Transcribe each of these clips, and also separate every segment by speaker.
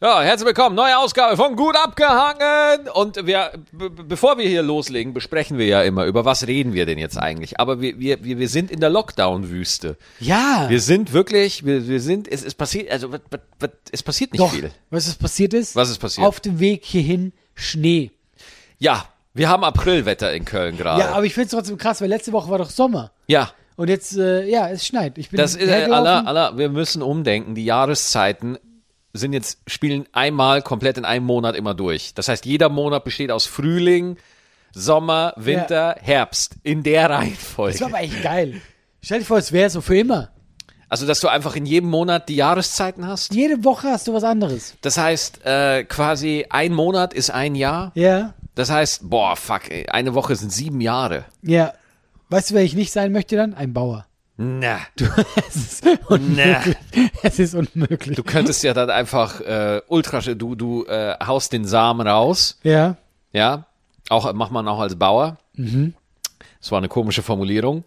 Speaker 1: Ja, herzlich willkommen, neue Ausgabe von Gut abgehangen. Und wir, be- bevor wir hier loslegen, besprechen wir ja immer, über was reden wir denn jetzt eigentlich? Aber wir, wir, wir wir sind in der Lockdown-Wüste.
Speaker 2: Ja.
Speaker 1: Wir sind wirklich, wir, wir sind, es, es passiert, also was- was- was- es passiert nicht
Speaker 2: Doch,
Speaker 1: viel.
Speaker 2: was ist passiert ist?
Speaker 1: Was ist passiert?
Speaker 2: Auf dem Weg hierhin Schnee.
Speaker 1: Ja, wir haben Aprilwetter in Köln gerade.
Speaker 2: Ja, aber ich finde es trotzdem krass, weil letzte Woche war doch Sommer.
Speaker 1: ja.
Speaker 2: Und jetzt, äh, ja, es schneit. Ich bin
Speaker 1: Das ist, äh,
Speaker 2: hergelaufen.
Speaker 1: Allah, Allah, wir müssen umdenken. Die Jahreszeiten sind jetzt, spielen einmal komplett in einem Monat immer durch. Das heißt, jeder Monat besteht aus Frühling, Sommer, Winter, Herbst. In der
Speaker 2: Das war
Speaker 1: Reihenfolge.
Speaker 2: aber eigentlich geil. Stell dir vor, es wäre so für immer.
Speaker 1: Also, dass du einfach in jedem Monat die Jahreszeiten hast.
Speaker 2: Jede Woche hast du was anderes.
Speaker 1: Das heißt, äh, quasi ein Monat ist ein Jahr.
Speaker 2: Ja,
Speaker 1: Das heißt, boah, fuck, ey, eine Woche sind sieben Jahre.
Speaker 2: ja. Weißt du, wer ich nicht sein möchte dann? Ein Bauer.
Speaker 1: Na,
Speaker 2: Es ist unmöglich. Es ist unmöglich.
Speaker 1: du könntest ja dann einfach äh, ultra, du, du äh, haust den Samen raus.
Speaker 2: ja.
Speaker 1: Ja, auch macht man auch als Bauer.
Speaker 2: Mhm.
Speaker 1: Das war eine komische Formulierung.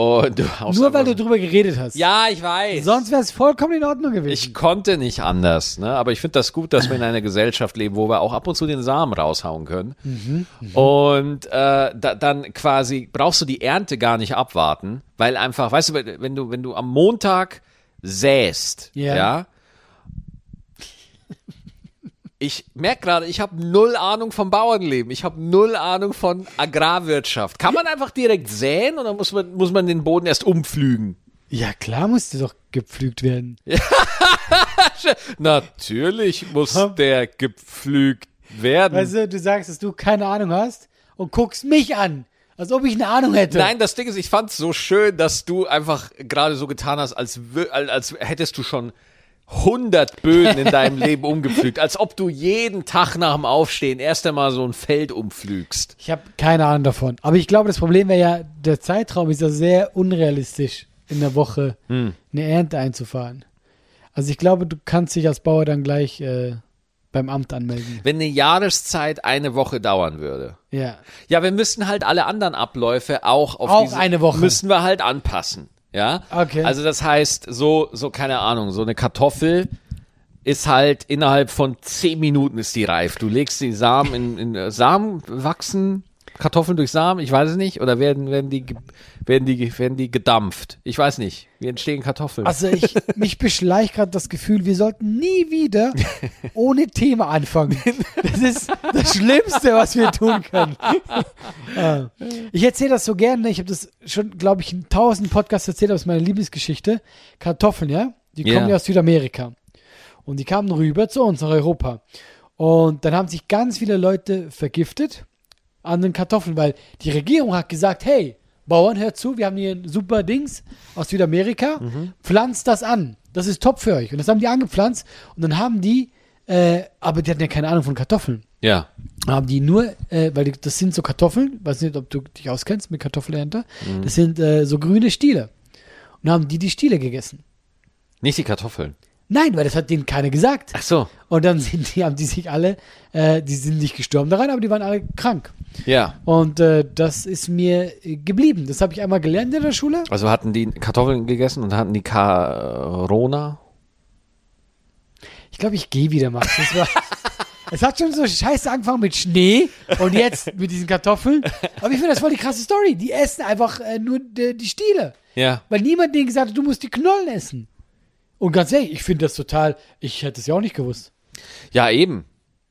Speaker 1: Und du haust
Speaker 2: Nur weil
Speaker 1: einfach-
Speaker 2: du drüber geredet hast.
Speaker 1: Ja, ich weiß.
Speaker 2: Sonst wäre es vollkommen in Ordnung gewesen.
Speaker 1: ich konnte nicht anders, ne? aber ich finde das gut, dass wir in einer Gesellschaft leben, wo wir auch ab und zu den Samen raushauen können. Und äh, da, dann quasi brauchst du die Ernte gar nicht abwarten, weil einfach, weißt du, wenn du, wenn du am Montag säst,
Speaker 2: Ja.
Speaker 1: ja ich merke gerade, ich habe null Ahnung vom Bauernleben. Ich habe null Ahnung von Agrarwirtschaft. Kann man einfach direkt säen oder muss man, muss man den Boden erst umpflügen?
Speaker 2: ja, klar musste doch gepflügt werden.
Speaker 1: Natürlich muss der gepflügt werden.
Speaker 2: Weißt Also, du, du sagst, dass du keine Ahnung hast und guckst mich an, als ob ich eine Ahnung hätte.
Speaker 1: Nein, das Ding ist, ich fand's so schön, dass du einfach gerade so getan hast, als, wö- als als hättest du schon 100 Böden in deinem Leben umgepflügt. Als ob du jeden Tag nach dem Aufstehen erst einmal so ein Feld umpflügst.
Speaker 2: Ich habe keine Ahnung davon. Aber ich glaube, das Problem wäre ja, der Zeitraum ist ja sehr unrealistisch, in der Woche eine Ernte einzufahren. Also ich glaube, du kannst dich als Bauer dann gleich äh, beim Amt anmelden.
Speaker 1: Wenn eine Jahreszeit eine Woche dauern würde.
Speaker 2: Ja.
Speaker 1: Ja, wir müssten halt alle anderen Abläufe auch auf
Speaker 2: Auch
Speaker 1: diese,
Speaker 2: eine Woche.
Speaker 1: müssen wir halt anpassen. Ja.
Speaker 2: Okay.
Speaker 1: Also das heißt, so so keine Ahnung, so eine Kartoffel ist halt innerhalb von zehn Minuten ist die reif. Du legst die Samen in, in äh, Samen wachsen Kartoffeln durch Samen, ich weiß es nicht, oder werden werden die ge- werden die werden die gedampft? Ich weiß nicht. Wie entstehen Kartoffeln?
Speaker 2: Also ich, mich beschleicht gerade das Gefühl, wir sollten nie wieder ohne Thema anfangen. Das ist das Schlimmste, was wir tun können. Ja. Ich erzähle das so gerne. Ich habe das schon, glaube ich, in tausend Podcasts erzählt, aber es ist meine Lieblingsgeschichte. Kartoffeln, ja? Die
Speaker 1: Ja.
Speaker 2: kommen ja aus Südamerika. Und die kamen rüber zu uns nach Europa. Und dann haben sich ganz viele Leute vergiftet an den Kartoffeln, weil die Regierung hat gesagt, hey, Bauern, hört zu, wir haben hier ein super Dings aus Südamerika, pflanzt das an. Das ist top für euch. Und das haben die angepflanzt und dann haben die, äh, aber die hatten ja keine Ahnung von Kartoffeln.
Speaker 1: ja.
Speaker 2: Dann haben die nur, äh, weil die, das sind so Kartoffeln, weiß nicht, ob du dich auskennst mit Kartoffelernte, das sind äh, so grüne Stiele. Und dann haben die die Stiele gegessen.
Speaker 1: Nicht die Kartoffeln.
Speaker 2: Nein, weil das hat denen keiner gesagt.
Speaker 1: Ach so.
Speaker 2: Und dann sind die, haben die sich alle, äh, die sind nicht gestorben daran, aber die waren alle krank.
Speaker 1: Ja.
Speaker 2: Und äh, das ist mir äh, geblieben. Das habe ich einmal gelernt in der Schule.
Speaker 1: Also hatten die Kartoffeln gegessen und hatten die äh, Corona?
Speaker 2: Ich glaube, ich gehe wieder mal. Das war, es hat schon so scheiße angefangen mit Schnee und jetzt mit diesen Kartoffeln. Aber ich finde, das war die krasse Story. Die essen einfach äh, nur die, die Stiele.
Speaker 1: Ja.
Speaker 2: Weil niemand denen gesagt hat, du musst die Knollen essen. Und ganz ehrlich, ich finde das total, ich hätte es ja auch nicht gewusst.
Speaker 1: Ja, eben.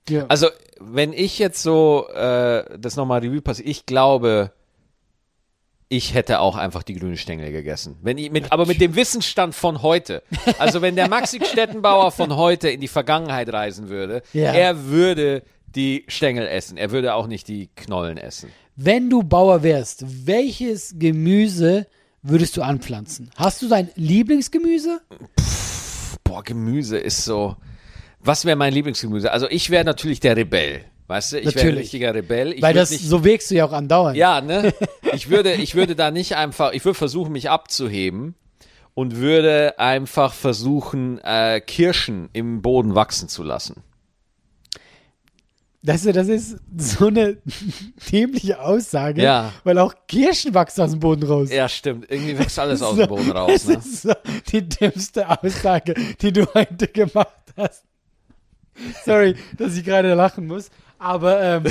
Speaker 2: Ja.
Speaker 1: Also, wenn ich jetzt so äh, das nochmal Revue passe, ich glaube, ich hätte auch einfach die grünen Stängel gegessen. Wenn ich mit, aber mit dem Wissensstand von heute. Also, wenn der Maxi Stettenbauer von heute in die Vergangenheit reisen würde,
Speaker 2: Ja.
Speaker 1: er würde die Stängel essen. Er würde auch nicht die Knollen essen.
Speaker 2: Wenn du Bauer wärst, welches Gemüse würdest du anpflanzen? Hast du dein Lieblingsgemüse?
Speaker 1: Boah, Gemüse ist so. Was wäre mein Lieblingsgemüse? Also, ich wäre natürlich der Rebell. Weißt du, ich wäre ein
Speaker 2: Natürlich.
Speaker 1: richtiger Rebell. Ich
Speaker 2: Weil
Speaker 1: würd
Speaker 2: das,
Speaker 1: nicht-
Speaker 2: so wägst du ja auch andauernd.
Speaker 1: Ja, ne? Ich würde, ich würde da nicht einfach, ich würde versuchen, mich abzuheben und würde einfach versuchen, äh, Kirschen im Boden wachsen zu lassen.
Speaker 2: Das, ist- das ist so eine dämliche Aussage,
Speaker 1: Ja.
Speaker 2: weil auch Kirschen wachsen aus dem Boden raus.
Speaker 1: Ja, stimmt. Irgendwie wächst alles aus dem Boden raus,
Speaker 2: Das
Speaker 1: ne?
Speaker 2: ist so die dümmste Aussage, die du heute gemacht hast. Sorry, dass ich gerade lachen muss. Aber ähm,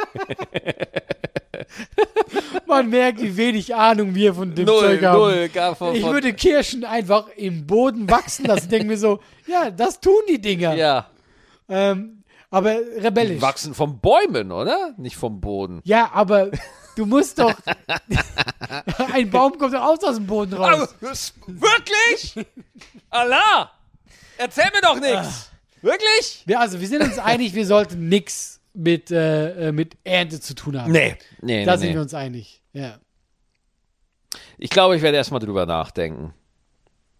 Speaker 2: man merkt, wie wenig Ahnung wir von dem
Speaker 1: Null,
Speaker 2: Zeug haben.
Speaker 1: null, gar von,
Speaker 2: Ich
Speaker 1: von-
Speaker 2: würde Kirschen einfach im Boden wachsen lassen. Denken wir so, ja, das tun die Dinger.
Speaker 1: ja.
Speaker 2: Ähm, aber rebellisch.
Speaker 1: Wachsen von Bäumen, oder? Nicht vom Boden.
Speaker 2: Ja, aber du musst doch. ein Baum kommt doch aus, aus dem Boden raus.
Speaker 1: wirklich? Allah! Erzähl mir doch nichts!
Speaker 2: Ah.
Speaker 1: Wirklich?
Speaker 2: Wir, also, wir sind uns einig, wir sollten nichts mit, äh, äh, mit Ernte zu tun haben.
Speaker 1: Nee. Nee,
Speaker 2: Da
Speaker 1: nee,
Speaker 2: sind
Speaker 1: nee.
Speaker 2: wir uns einig. Ja.
Speaker 1: Ich glaube, ich werde erstmal drüber nachdenken.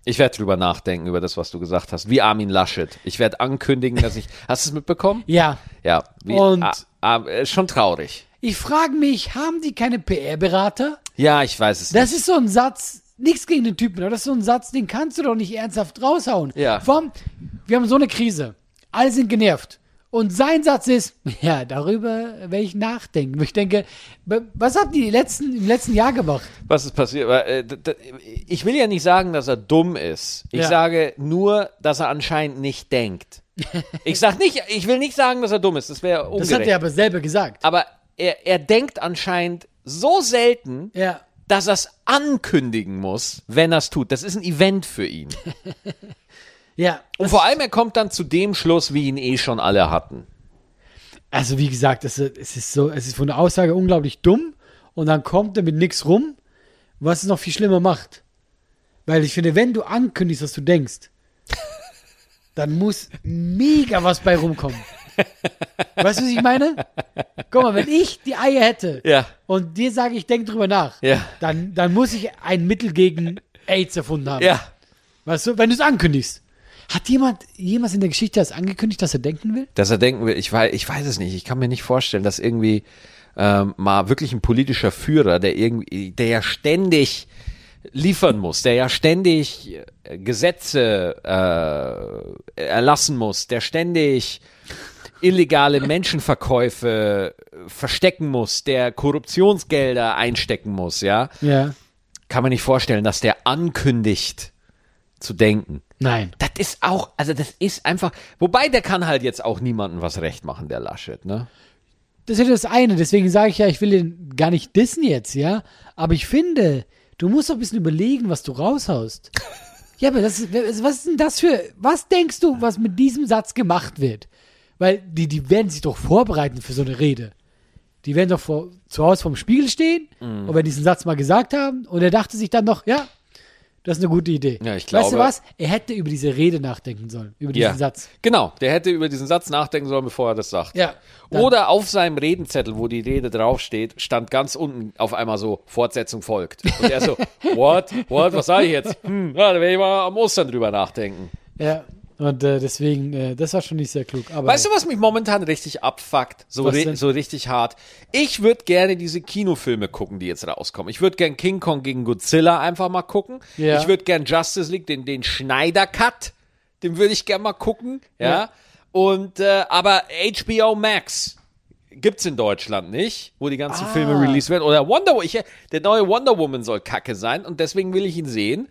Speaker 1: Ich werde drüber nachdenken, über das, was du gesagt hast. Wie Armin Laschet. Ich werde ankündigen, dass ich. Hast du es mitbekommen?
Speaker 2: ja.
Speaker 1: Ja. Wie,
Speaker 2: Und-
Speaker 1: ah, ah, äh, schon traurig.
Speaker 2: Ich frage mich, haben die keine PR-Berater?
Speaker 1: Ja, ich weiß es
Speaker 2: Das ist so ein Satz, nichts gegen den Typen, aber das ist so ein Satz, den kannst du doch nicht ernsthaft raushauen.
Speaker 1: Ja.
Speaker 2: Warum? Wir haben so eine Krise. Alle sind genervt. Und sein Satz ist, ja, darüber werde ich nachdenken. Ich denke, w- was habt ihr die letzten, im letzten Jahr gemacht?
Speaker 1: was ist passiert. Weil, äh, d- d- Ich will ja nicht sagen, dass er dumm ist. Ich
Speaker 2: Ja.
Speaker 1: sage nur, dass er anscheinend nicht denkt. Ich sag nicht, ich will nicht sagen, dass er dumm ist. Das wäre
Speaker 2: Das
Speaker 1: ungerecht.
Speaker 2: hat er aber selber gesagt.
Speaker 1: Aber er, er denkt anscheinend so selten,
Speaker 2: Ja.
Speaker 1: dass er es ankündigen muss, wenn er es tut. Das ist ein Event für ihn.
Speaker 2: Ja.
Speaker 1: Und vor allem, er kommt dann zu dem Schluss, wie ihn eh schon alle hatten.
Speaker 2: Also, wie gesagt, es ist, es ist so, es ist von der Aussage unglaublich dumm und dann kommt er mit nichts rum, was es noch viel schlimmer macht. Weil ich finde, wenn du ankündigst, was du denkst, dann muss mega was bei rumkommen. Weißt du, was ich meine? Guck mal, wenn ich die Eier hätte
Speaker 1: Ja.
Speaker 2: und dir sage, ich denke drüber nach,
Speaker 1: Ja.
Speaker 2: dann, dann muss ich ein Mittel gegen AIDS erfunden haben.
Speaker 1: Ja.
Speaker 2: Weißt du, wenn du es ankündigst. Hat jemand jemals in der Geschichte das angekündigt, dass er denken will?
Speaker 1: Dass er denken will, ich weiß, ich weiß es nicht, ich kann mir nicht vorstellen, dass irgendwie ähm, mal wirklich ein politischer Führer, der irgendwie, der ja ständig liefern muss, der ja ständig äh, Gesetze äh, erlassen muss, der ständig illegale Menschenverkäufe äh, verstecken muss, der Korruptionsgelder einstecken muss, ja,
Speaker 2: Ja.
Speaker 1: kann man nicht vorstellen, dass der ankündigt zu denken.
Speaker 2: Nein.
Speaker 1: Das ist auch, also das ist einfach, wobei der kann halt jetzt auch niemandem was recht machen, der Laschet, ne?
Speaker 2: Das ist ja das eine, deswegen sage ich ja, ich will den gar nicht dissen jetzt, ja. Aber ich finde, du musst doch ein bisschen überlegen, was du raushaust. Ja, aber das ist, was ist denn das für, was denkst du, was mit diesem Satz gemacht wird? Weil die, die werden sich doch vorbereiten für so eine Rede. Die werden doch vor, zu Hause vorm Spiegel stehen
Speaker 1: Mhm.
Speaker 2: und werden diesen Satz mal gesagt haben und er dachte sich dann noch, ja, das ist eine gute Idee.
Speaker 1: Ja, ich
Speaker 2: Weißt du
Speaker 1: glaube-
Speaker 2: was? Er hätte über diese Rede nachdenken sollen, über diesen Satz.
Speaker 1: Genau, der hätte über diesen Satz nachdenken sollen, bevor er das sagt.
Speaker 2: Ja. Dann-
Speaker 1: Oder auf seinem Redenzettel, wo die Rede draufsteht, stand ganz unten auf einmal so, Fortsetzung folgt. Und er so, what, what, was sage ich jetzt? Hm, ja, da werde ich mal am Ostern drüber nachdenken.
Speaker 2: Ja. Und äh, deswegen, äh, das war schon nicht sehr klug. Aber
Speaker 1: Weißt du, was mich momentan richtig abfuckt? So,
Speaker 2: Was
Speaker 1: ri
Speaker 2: denn?
Speaker 1: so richtig hart. Ich würde gerne diese Kinofilme gucken, die jetzt rauskommen. Ich würde gerne King Kong gegen Godzilla einfach mal gucken.
Speaker 2: Ja.
Speaker 1: Ich würde gerne Justice League, den, den Schneider-Cut, den würde ich gerne mal gucken. Ja.
Speaker 2: Ja.
Speaker 1: Und, äh, aber HBO Max gibt's in Deutschland nicht, wo die ganzen
Speaker 2: Ah.
Speaker 1: Filme released werden. Oder Wonder Woman. Ich- Der neue Wonder Woman soll kacke sein und deswegen will ich ihn sehen.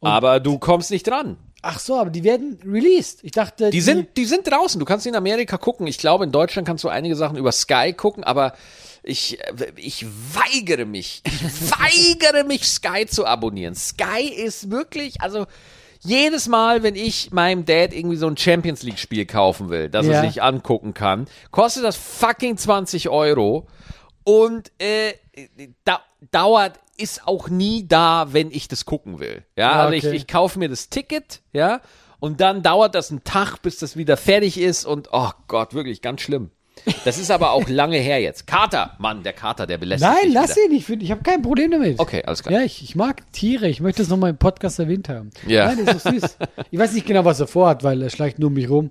Speaker 1: aber du kommst nicht dran.
Speaker 2: Ach so, aber die werden released. Ich dachte,
Speaker 1: Die sind, die sind draußen. Du kannst sie in Amerika gucken. Ich glaube, in Deutschland kannst du einige Sachen über Sky gucken, aber ich, äh, ich weigere mich. Ich weigere mich, Sky zu abonnieren. Sky ist wirklich, also jedes Mal, wenn ich meinem Dad irgendwie so ein Champions League-Spiel kaufen will, dass
Speaker 2: Ja.
Speaker 1: er sich angucken kann, kostet das fucking 20 Euro und äh, da, dauert ist auch nie da, wenn ich das gucken will. Ja,
Speaker 2: Ah,
Speaker 1: also ich,
Speaker 2: okay.
Speaker 1: ich kaufe mir das Ticket, ja, und dann dauert das einen Tag, bis das wieder fertig ist und oh Gott, wirklich ganz schlimm. Das ist aber auch lange her jetzt. Kater, Mann, der Kater, der belästigt
Speaker 2: Nein,
Speaker 1: mich
Speaker 2: lass
Speaker 1: wieder.
Speaker 2: ihn. Ich, find- ich habe kein Problem damit.
Speaker 1: Okay, alles klar.
Speaker 2: Ja, ich, ich mag Tiere. Ich möchte es nochmal im Podcast erwähnt haben.
Speaker 1: Ja.
Speaker 2: Nein, das ist so süß. ich weiß nicht genau, was er vorhat, weil er schleicht nur um mich rum.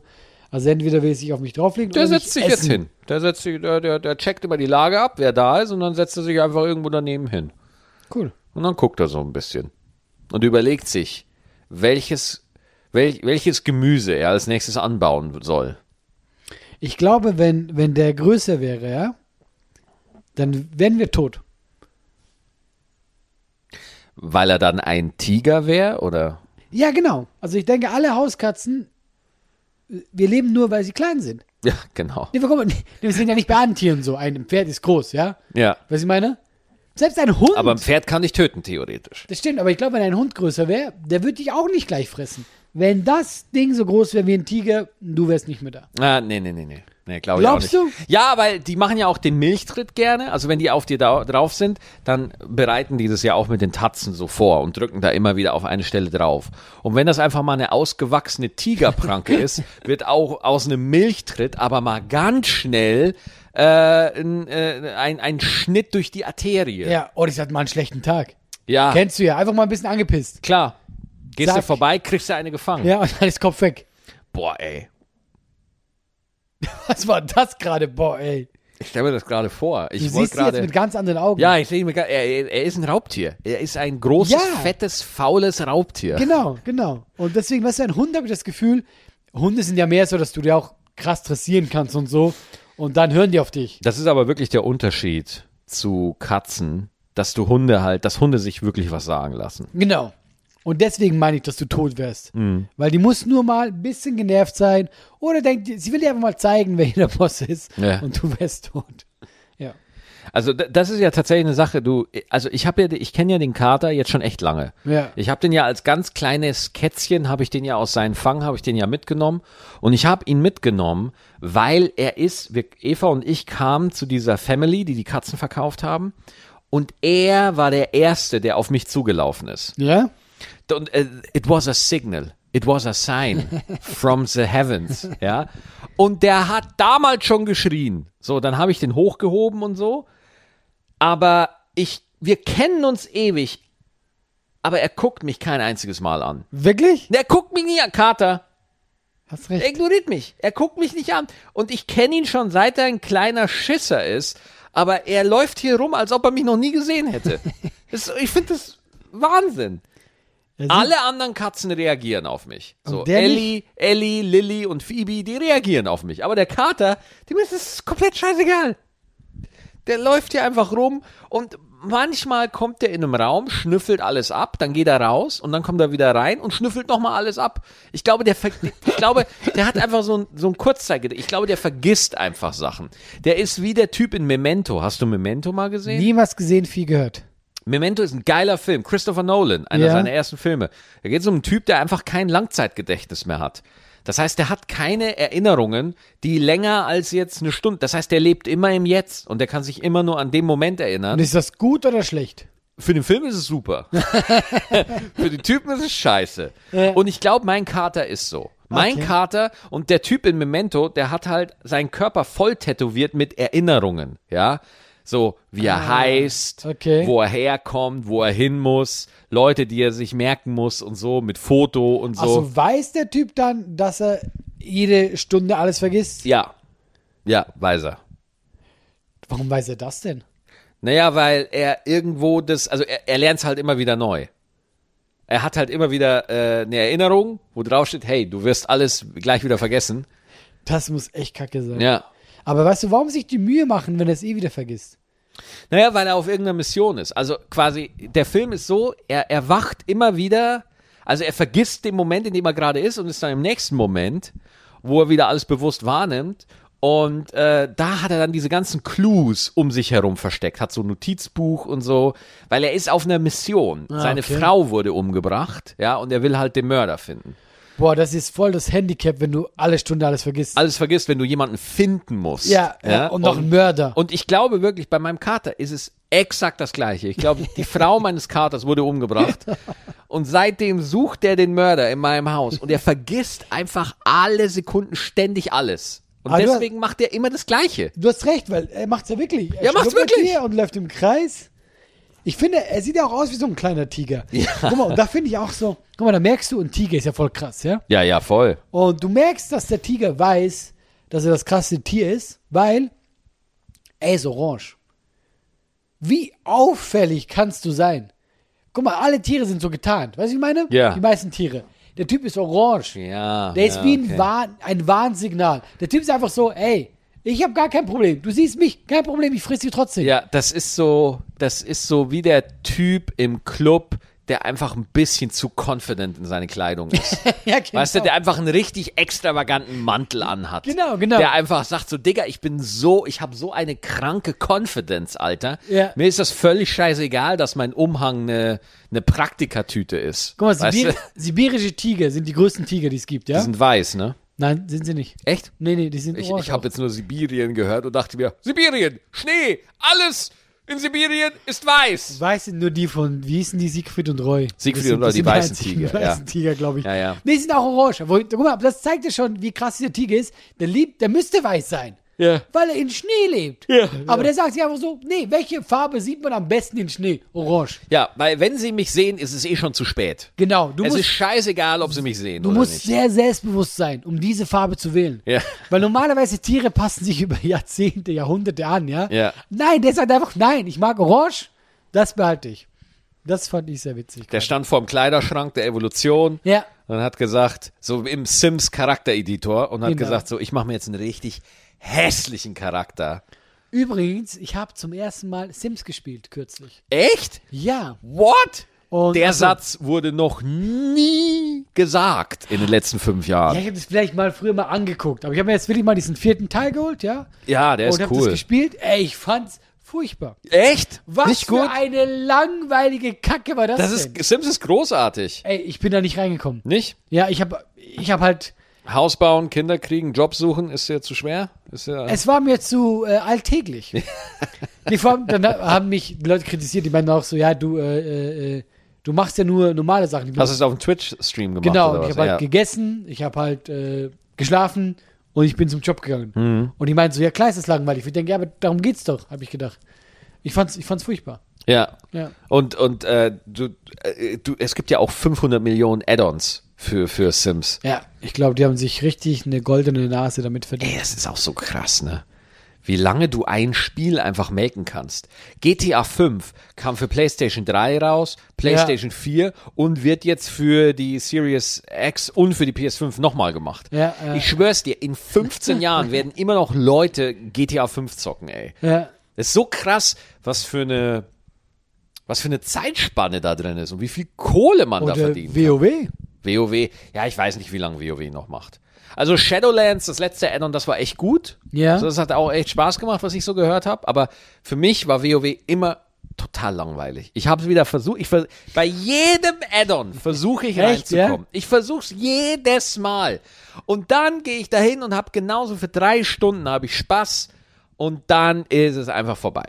Speaker 2: Also entweder will er sich auf mich drauflegen
Speaker 1: Der
Speaker 2: oder
Speaker 1: setzt
Speaker 2: mich
Speaker 1: sich
Speaker 2: essen.
Speaker 1: jetzt hin. Der setzt sich, der, der, der checkt immer die Lage ab, wer da ist, und dann setzt er sich einfach irgendwo daneben hin.
Speaker 2: Cool.
Speaker 1: Und dann guckt er so ein bisschen und überlegt sich, welches, wel, welches Gemüse er als nächstes anbauen soll.
Speaker 2: Ich glaube, wenn, wenn der größer wäre, ja, dann wären wir tot.
Speaker 1: Weil er dann ein Tiger wäre, oder?
Speaker 2: Ja, genau. Also ich denke, alle Hauskatzen wir leben nur, weil sie klein sind.
Speaker 1: Ja, genau.
Speaker 2: Nee, wir, kommen, nee, wir sind ja nicht bei anderen Tieren so. Ein Pferd ist groß, ja?
Speaker 1: Ja.
Speaker 2: Was ich meine? Selbst ein Hund.
Speaker 1: Aber ein Pferd kann dich töten, theoretisch.
Speaker 2: das stimmt, aber ich glaube, wenn ein Hund größer wäre, der würde dich auch nicht gleich fressen. Wenn das Ding so groß wäre wie ein Tiger, du wärst nicht mehr da.
Speaker 1: Ah, nee, nee, nee, nee. Nee, glaub ich
Speaker 2: Glaubst
Speaker 1: auch nicht. Ja, weil die machen ja auch den Milchtritt gerne. Also wenn die auf dir da drauf sind, dann bereiten die das ja auch mit den Tatzen so vor und drücken da immer wieder auf eine Stelle drauf. Und wenn das einfach mal eine ausgewachsene Tigerpranke ist, wird auch aus einem Milchtritt aber mal ganz schnell äh, ein, äh, ein, ein Schnitt durch die Arterie.
Speaker 2: Ja, oh, ich hatte mal einen schlechten Tag.
Speaker 1: Ja,
Speaker 2: Kennst du ja, einfach mal ein bisschen angepisst.
Speaker 1: klar. Gehst du
Speaker 2: Zack.
Speaker 1: vorbei, kriegst du eine gefangen.
Speaker 2: Ja, und dann ist Kopf weg.
Speaker 1: Boah, ey.
Speaker 2: Was war das gerade? Boah, ey.
Speaker 1: Ich stelle mir das gerade vor. Ich
Speaker 2: Du
Speaker 1: wollt
Speaker 2: siehst sie jetzt
Speaker 1: gerade-
Speaker 2: mit ganz anderen Augen.
Speaker 1: Ja, ich sehe mir gar, er, er- er ist ein Raubtier. Er ist ein großes,
Speaker 2: Ja.
Speaker 1: fettes, faules Raubtier.
Speaker 2: Genau, genau. Und deswegen, weißt du, ein Hund habe ich das Gefühl, Hunde sind ja mehr so, dass du dir auch krass dressieren kannst und so. Und dann hören die auf dich.
Speaker 1: Das ist aber wirklich der Unterschied zu Katzen, dass du Hunde halt, dass Hunde sich wirklich was sagen lassen.
Speaker 2: Genau. Und deswegen meine ich, dass du tot wärst.
Speaker 1: Mhm.
Speaker 2: Weil die muss nur mal ein bisschen genervt sein oder denkt, sie will dir einfach mal zeigen, wer hier der Boss ist.
Speaker 1: Ja.
Speaker 2: Und du wärst tot. Ja.
Speaker 1: Also d- das ist ja tatsächlich eine Sache. Du, also ich habe ja, ich kenne ja den Kater jetzt schon echt lange.
Speaker 2: Ja.
Speaker 1: Ich habe den ja als ganz kleines Kätzchen habe ich den ja aus seinem Fang habe ich den ja mitgenommen und ich habe ihn mitgenommen, weil er ist. Wir, Eva und ich kamen zu dieser Family, die die Katzen verkauft haben. Und er war der Erste, der auf mich zugelaufen ist.
Speaker 2: Ja?
Speaker 1: Don't, äh, it was a signal. It was a sign from the heavens, ja. Und der hat damals schon geschrien. So, dann habe ich den hochgehoben und so. Aber ich, wir kennen uns ewig. Aber er guckt mich kein einziges Mal an.
Speaker 2: Wirklich?
Speaker 1: Er guckt mich nie an, Kater.
Speaker 2: Hast
Speaker 1: Er
Speaker 2: recht.
Speaker 1: ignoriert mich. Er guckt mich nicht an. Und ich kenne ihn schon, seit er ein kleiner Schisser ist. Aber er läuft hier rum, als ob er mich noch nie gesehen hätte. Das, ich finde das Wahnsinn.
Speaker 2: Er sieht-
Speaker 1: Alle anderen Katzen reagieren auf mich. So,
Speaker 2: Und der
Speaker 1: Ellie, Ellie, Lilly und Phoebe, die reagieren auf mich. Aber der Kater, dem ist es komplett scheißegal. Der läuft hier einfach rum und manchmal kommt der in einem Raum, schnüffelt alles ab, dann geht er raus und dann kommt er wieder rein und schnüffelt nochmal alles ab. Ich glaube, der, ver- ich glaube, der hat einfach so ein, so ein Kurzzeit. Ich glaube, der vergisst einfach Sachen. Der ist wie der Typ in Memento. Hast du Memento mal gesehen?
Speaker 2: Niemals gesehen, viel gehört.
Speaker 1: Memento ist ein geiler Film. Christopher Nolan, einer
Speaker 2: Ja.
Speaker 1: seiner ersten Filme. Da geht es um einen Typ, der einfach kein Langzeitgedächtnis mehr hat. Das heißt, der hat keine Erinnerungen, die länger als jetzt eine Stunde. Das heißt, der lebt immer im Jetzt und der kann sich immer nur an den Moment
Speaker 2: Und
Speaker 1: erinnern.
Speaker 2: ist das gut oder schlecht?
Speaker 1: Für den Film ist es super. Für den Typen ist es scheiße.
Speaker 2: Ja.
Speaker 1: Und ich glaube, mein Kater ist so. Mein
Speaker 2: Okay.
Speaker 1: Kater und der Typ in Memento, der hat halt seinen Körper voll tätowiert mit Erinnerungen, ja. So, wie er heißt,
Speaker 2: Ah, okay.
Speaker 1: wo er herkommt, wo er hin muss, Leute, die er sich merken muss und so, mit Foto und so.
Speaker 2: Also weiß der Typ dann, dass er jede Stunde alles vergisst?
Speaker 1: Ja. Ja, weiß er.
Speaker 2: Warum weiß er das denn?
Speaker 1: Naja, weil er irgendwo das, also er, er lernt es halt immer wieder neu. Er hat halt immer wieder äh, eine Erinnerung, wo drauf steht, hey, du wirst alles gleich wieder vergessen.
Speaker 2: Das muss echt kacke sein.
Speaker 1: Ja.
Speaker 2: Aber weißt du, warum sich die Mühe machen, wenn er es eh wieder vergisst?
Speaker 1: Naja, weil er auf irgendeiner Mission ist. Also quasi, der Film ist so, er erwacht immer wieder, also er vergisst den Moment, in dem er gerade ist und ist dann im nächsten Moment, wo er wieder alles bewusst wahrnimmt. Und äh, da hat er dann diese ganzen Clues um sich herum versteckt, hat so ein Notizbuch und so, weil er ist auf einer Mission.
Speaker 2: Ah,
Speaker 1: Seine
Speaker 2: okay.
Speaker 1: Frau wurde umgebracht, ja, und er will halt den Mörder finden.
Speaker 2: Boah, das ist voll das Handicap, wenn du alle Stunde alles vergisst.
Speaker 1: Alles vergisst, wenn du jemanden finden musst.
Speaker 2: ja, ja, und noch ein Mörder.
Speaker 1: Und ich glaube wirklich, bei meinem Kater ist es exakt das Gleiche. Ich glaube, die Frau meines Katers wurde umgebracht. Und seitdem sucht er den Mörder in meinem Haus. Und er vergisst einfach alle Sekunden ständig alles. Und
Speaker 2: Aber du-
Speaker 1: deswegen macht er immer das Gleiche.
Speaker 2: du hast recht, weil er macht's ja wirklich.
Speaker 1: Ja, macht's
Speaker 2: schnuppert
Speaker 1: wirklich.
Speaker 2: hier Und läuft im Kreis. Ich finde, er sieht ja auch aus wie so ein kleiner Tiger.
Speaker 1: Ja.
Speaker 2: Guck mal, und da finde ich auch so, guck mal, da merkst du, ein Tiger ist ja voll krass, ja?
Speaker 1: Ja, ja, voll.
Speaker 2: Und du merkst, dass der Tiger weiß, dass er das krasse Tier ist, weil er ist orange. Wie auffällig kannst du sein? Guck mal, alle Tiere sind so getarnt. Weißt du, wie ich meine?
Speaker 1: Ja.
Speaker 2: Die meisten Tiere. Der Typ ist orange.
Speaker 1: Ja.
Speaker 2: Der ist
Speaker 1: Ah, ja,
Speaker 2: wie ein,
Speaker 1: okay.
Speaker 2: Warn, ein Warnsignal. Der Typ ist einfach so, ey, ich habe gar kein Problem. Du siehst mich, kein Problem, ich friss dich trotzdem.
Speaker 1: Ja, das ist so, das ist so wie der Typ im Club, der einfach ein bisschen zu confident in seine Kleidung ist.
Speaker 2: Ja, genau.
Speaker 1: Weißt du, der einfach einen richtig extravaganten Mantel anhat.
Speaker 2: Genau, genau.
Speaker 1: Der einfach sagt so, Digga, ich bin so, ich habe so eine kranke Confidence, Alter.
Speaker 2: Ja.
Speaker 1: Mir ist das völlig scheißegal, dass mein Umhang eine, eine Praktikatüte ist.
Speaker 2: Guck mal,
Speaker 1: weißt
Speaker 2: Sibir
Speaker 1: du?
Speaker 2: sibirische Tiger sind die größten Tiger, die es gibt,
Speaker 1: Die
Speaker 2: ja?
Speaker 1: sind weiß, ne?
Speaker 2: Nein, sind sie nicht.
Speaker 1: Echt?
Speaker 2: Nee, nee, die sind
Speaker 1: Ich,
Speaker 2: orange
Speaker 1: ich habe
Speaker 2: auch.
Speaker 1: jetzt nur Sibirien gehört und dachte mir, Sibirien, Schnee, alles in Sibirien ist weiß.
Speaker 2: Weiß sind nur die von, wie hießen die, Siegfried und Roy?
Speaker 1: Siegfried
Speaker 2: Das sind-
Speaker 1: und Roy,
Speaker 2: das
Speaker 1: die
Speaker 2: sind
Speaker 1: weißen
Speaker 2: einzigen
Speaker 1: Tiger,
Speaker 2: weißen
Speaker 1: ja.
Speaker 2: Tiger, glaube ich.
Speaker 1: Ja, ja.
Speaker 2: Nee, die sind auch orange. Aber, guck mal, das zeigt ja schon, wie krass dieser Tiger ist. Der liebt, der müsste weiß sein.
Speaker 1: Ja.
Speaker 2: Weil er in Schnee lebt.
Speaker 1: Ja,
Speaker 2: Aber der sagt sich einfach so, nee, welche Farbe sieht man am besten in Schnee? Orange.
Speaker 1: Ja, weil wenn sie mich sehen, ist es eh schon zu spät.
Speaker 2: Genau, du
Speaker 1: es
Speaker 2: musst
Speaker 1: ist scheißegal, ob sie mich sehen
Speaker 2: Du
Speaker 1: oder
Speaker 2: musst
Speaker 1: nicht.
Speaker 2: sehr selbstbewusst sein, um diese Farbe zu wählen.
Speaker 1: Ja.
Speaker 2: Weil normalerweise Tiere passen sich über Jahrzehnte, Jahrhunderte an, ja?
Speaker 1: Ja.
Speaker 2: Nein, der sagt einfach, nein, ich mag Orange, das behalte ich. Das fand ich sehr witzig.
Speaker 1: Der stand vor dem Kleiderschrank der Evolution
Speaker 2: ja,
Speaker 1: und hat gesagt, so im Sims Charaktereditor und hat
Speaker 2: Genau.
Speaker 1: gesagt, so ich mache mir jetzt einen richtig hässlichen Charakter.
Speaker 2: übrigens, ich habe zum ersten Mal Sims gespielt kürzlich.
Speaker 1: Echt?
Speaker 2: Ja,
Speaker 1: What?
Speaker 2: Und
Speaker 1: der
Speaker 2: also-
Speaker 1: Satz wurde noch nie gesagt in den letzten fünf
Speaker 2: ja
Speaker 1: Jahren.
Speaker 2: ich habe das vielleicht mal früher mal angeguckt, aber ich habe mir jetzt wirklich mal diesen vierten Teil geholt, ja?
Speaker 1: Ja, der
Speaker 2: Und
Speaker 1: ist
Speaker 2: habe das
Speaker 1: cool.
Speaker 2: gespielt. Ey, ich fand's furchtbar.
Speaker 1: Echt?
Speaker 2: Was
Speaker 1: Nicht
Speaker 2: für
Speaker 1: gut?
Speaker 2: eine langweilige Kacke war das,
Speaker 1: Das
Speaker 2: denn?
Speaker 1: ist, Sims ist großartig.
Speaker 2: Ey, ich bin da nicht reingekommen.
Speaker 1: Nicht?
Speaker 2: Ja, ich habe ich hab halt
Speaker 1: Haus bauen, Kinder kriegen, Job suchen, ist ja zu schwer? Ist ja,
Speaker 2: Es war mir zu äh, alltäglich. nee, vor allem, dann haben mich die Leute kritisiert, die meinen auch so, ja, du, äh, äh, du machst ja nur normale Sachen. Ich bin-
Speaker 1: hast du es auf dem Twitch-Stream gemacht?
Speaker 2: genau,
Speaker 1: oder
Speaker 2: und ich
Speaker 1: was?
Speaker 2: habe halt
Speaker 1: ja.
Speaker 2: gegessen, ich habe halt äh, geschlafen und ich bin zum Job gegangen.
Speaker 1: Mhm.
Speaker 2: Und die meinten so, ja, klar ist das langweilig. Ich denke, ja, aber darum geht's doch, habe ich gedacht. Ich fand's, ich fand's furchtbar.
Speaker 1: ja.
Speaker 2: Ja.
Speaker 1: Und, und äh, du, äh, du, es gibt ja auch 500 Millionen Add-ons für, für Sims.
Speaker 2: Ja, ich glaube, die haben sich richtig eine goldene Nase damit verdient.
Speaker 1: Ey, das ist auch so krass, ne? Wie lange du ein Spiel einfach melken kannst. GTA 5 kam für PlayStation 3 raus, PlayStation 4 und wird jetzt für die Series X und für die PS5 nochmal gemacht.
Speaker 2: Ja, ja.
Speaker 1: Ich schwör's dir, in 15 Jahren werden immer noch Leute GTA 5 zocken, ey.
Speaker 2: Ja.
Speaker 1: Das ist so krass, was für eine, was für eine Zeitspanne da drin ist und wie viel Kohle man da
Speaker 2: Oder
Speaker 1: verdient.
Speaker 2: WoW.
Speaker 1: WoW, ja, ich weiß nicht, wie lange WoW noch macht. Also Shadowlands, das letzte Addon, das war echt gut.
Speaker 2: Ja.
Speaker 1: Also das hat auch echt Spaß gemacht, was ich so gehört habe. Aber für mich war WoW immer total langweilig. Ich habe es wieder versucht. Ich vers bei jedem Addon versuche ich
Speaker 2: Echt,
Speaker 1: reinzukommen. Ich versuche es jedes Mal. Und dann gehe ich dahin und habe genauso für drei Stunden habe ich Spaß. Und dann ist es einfach vorbei.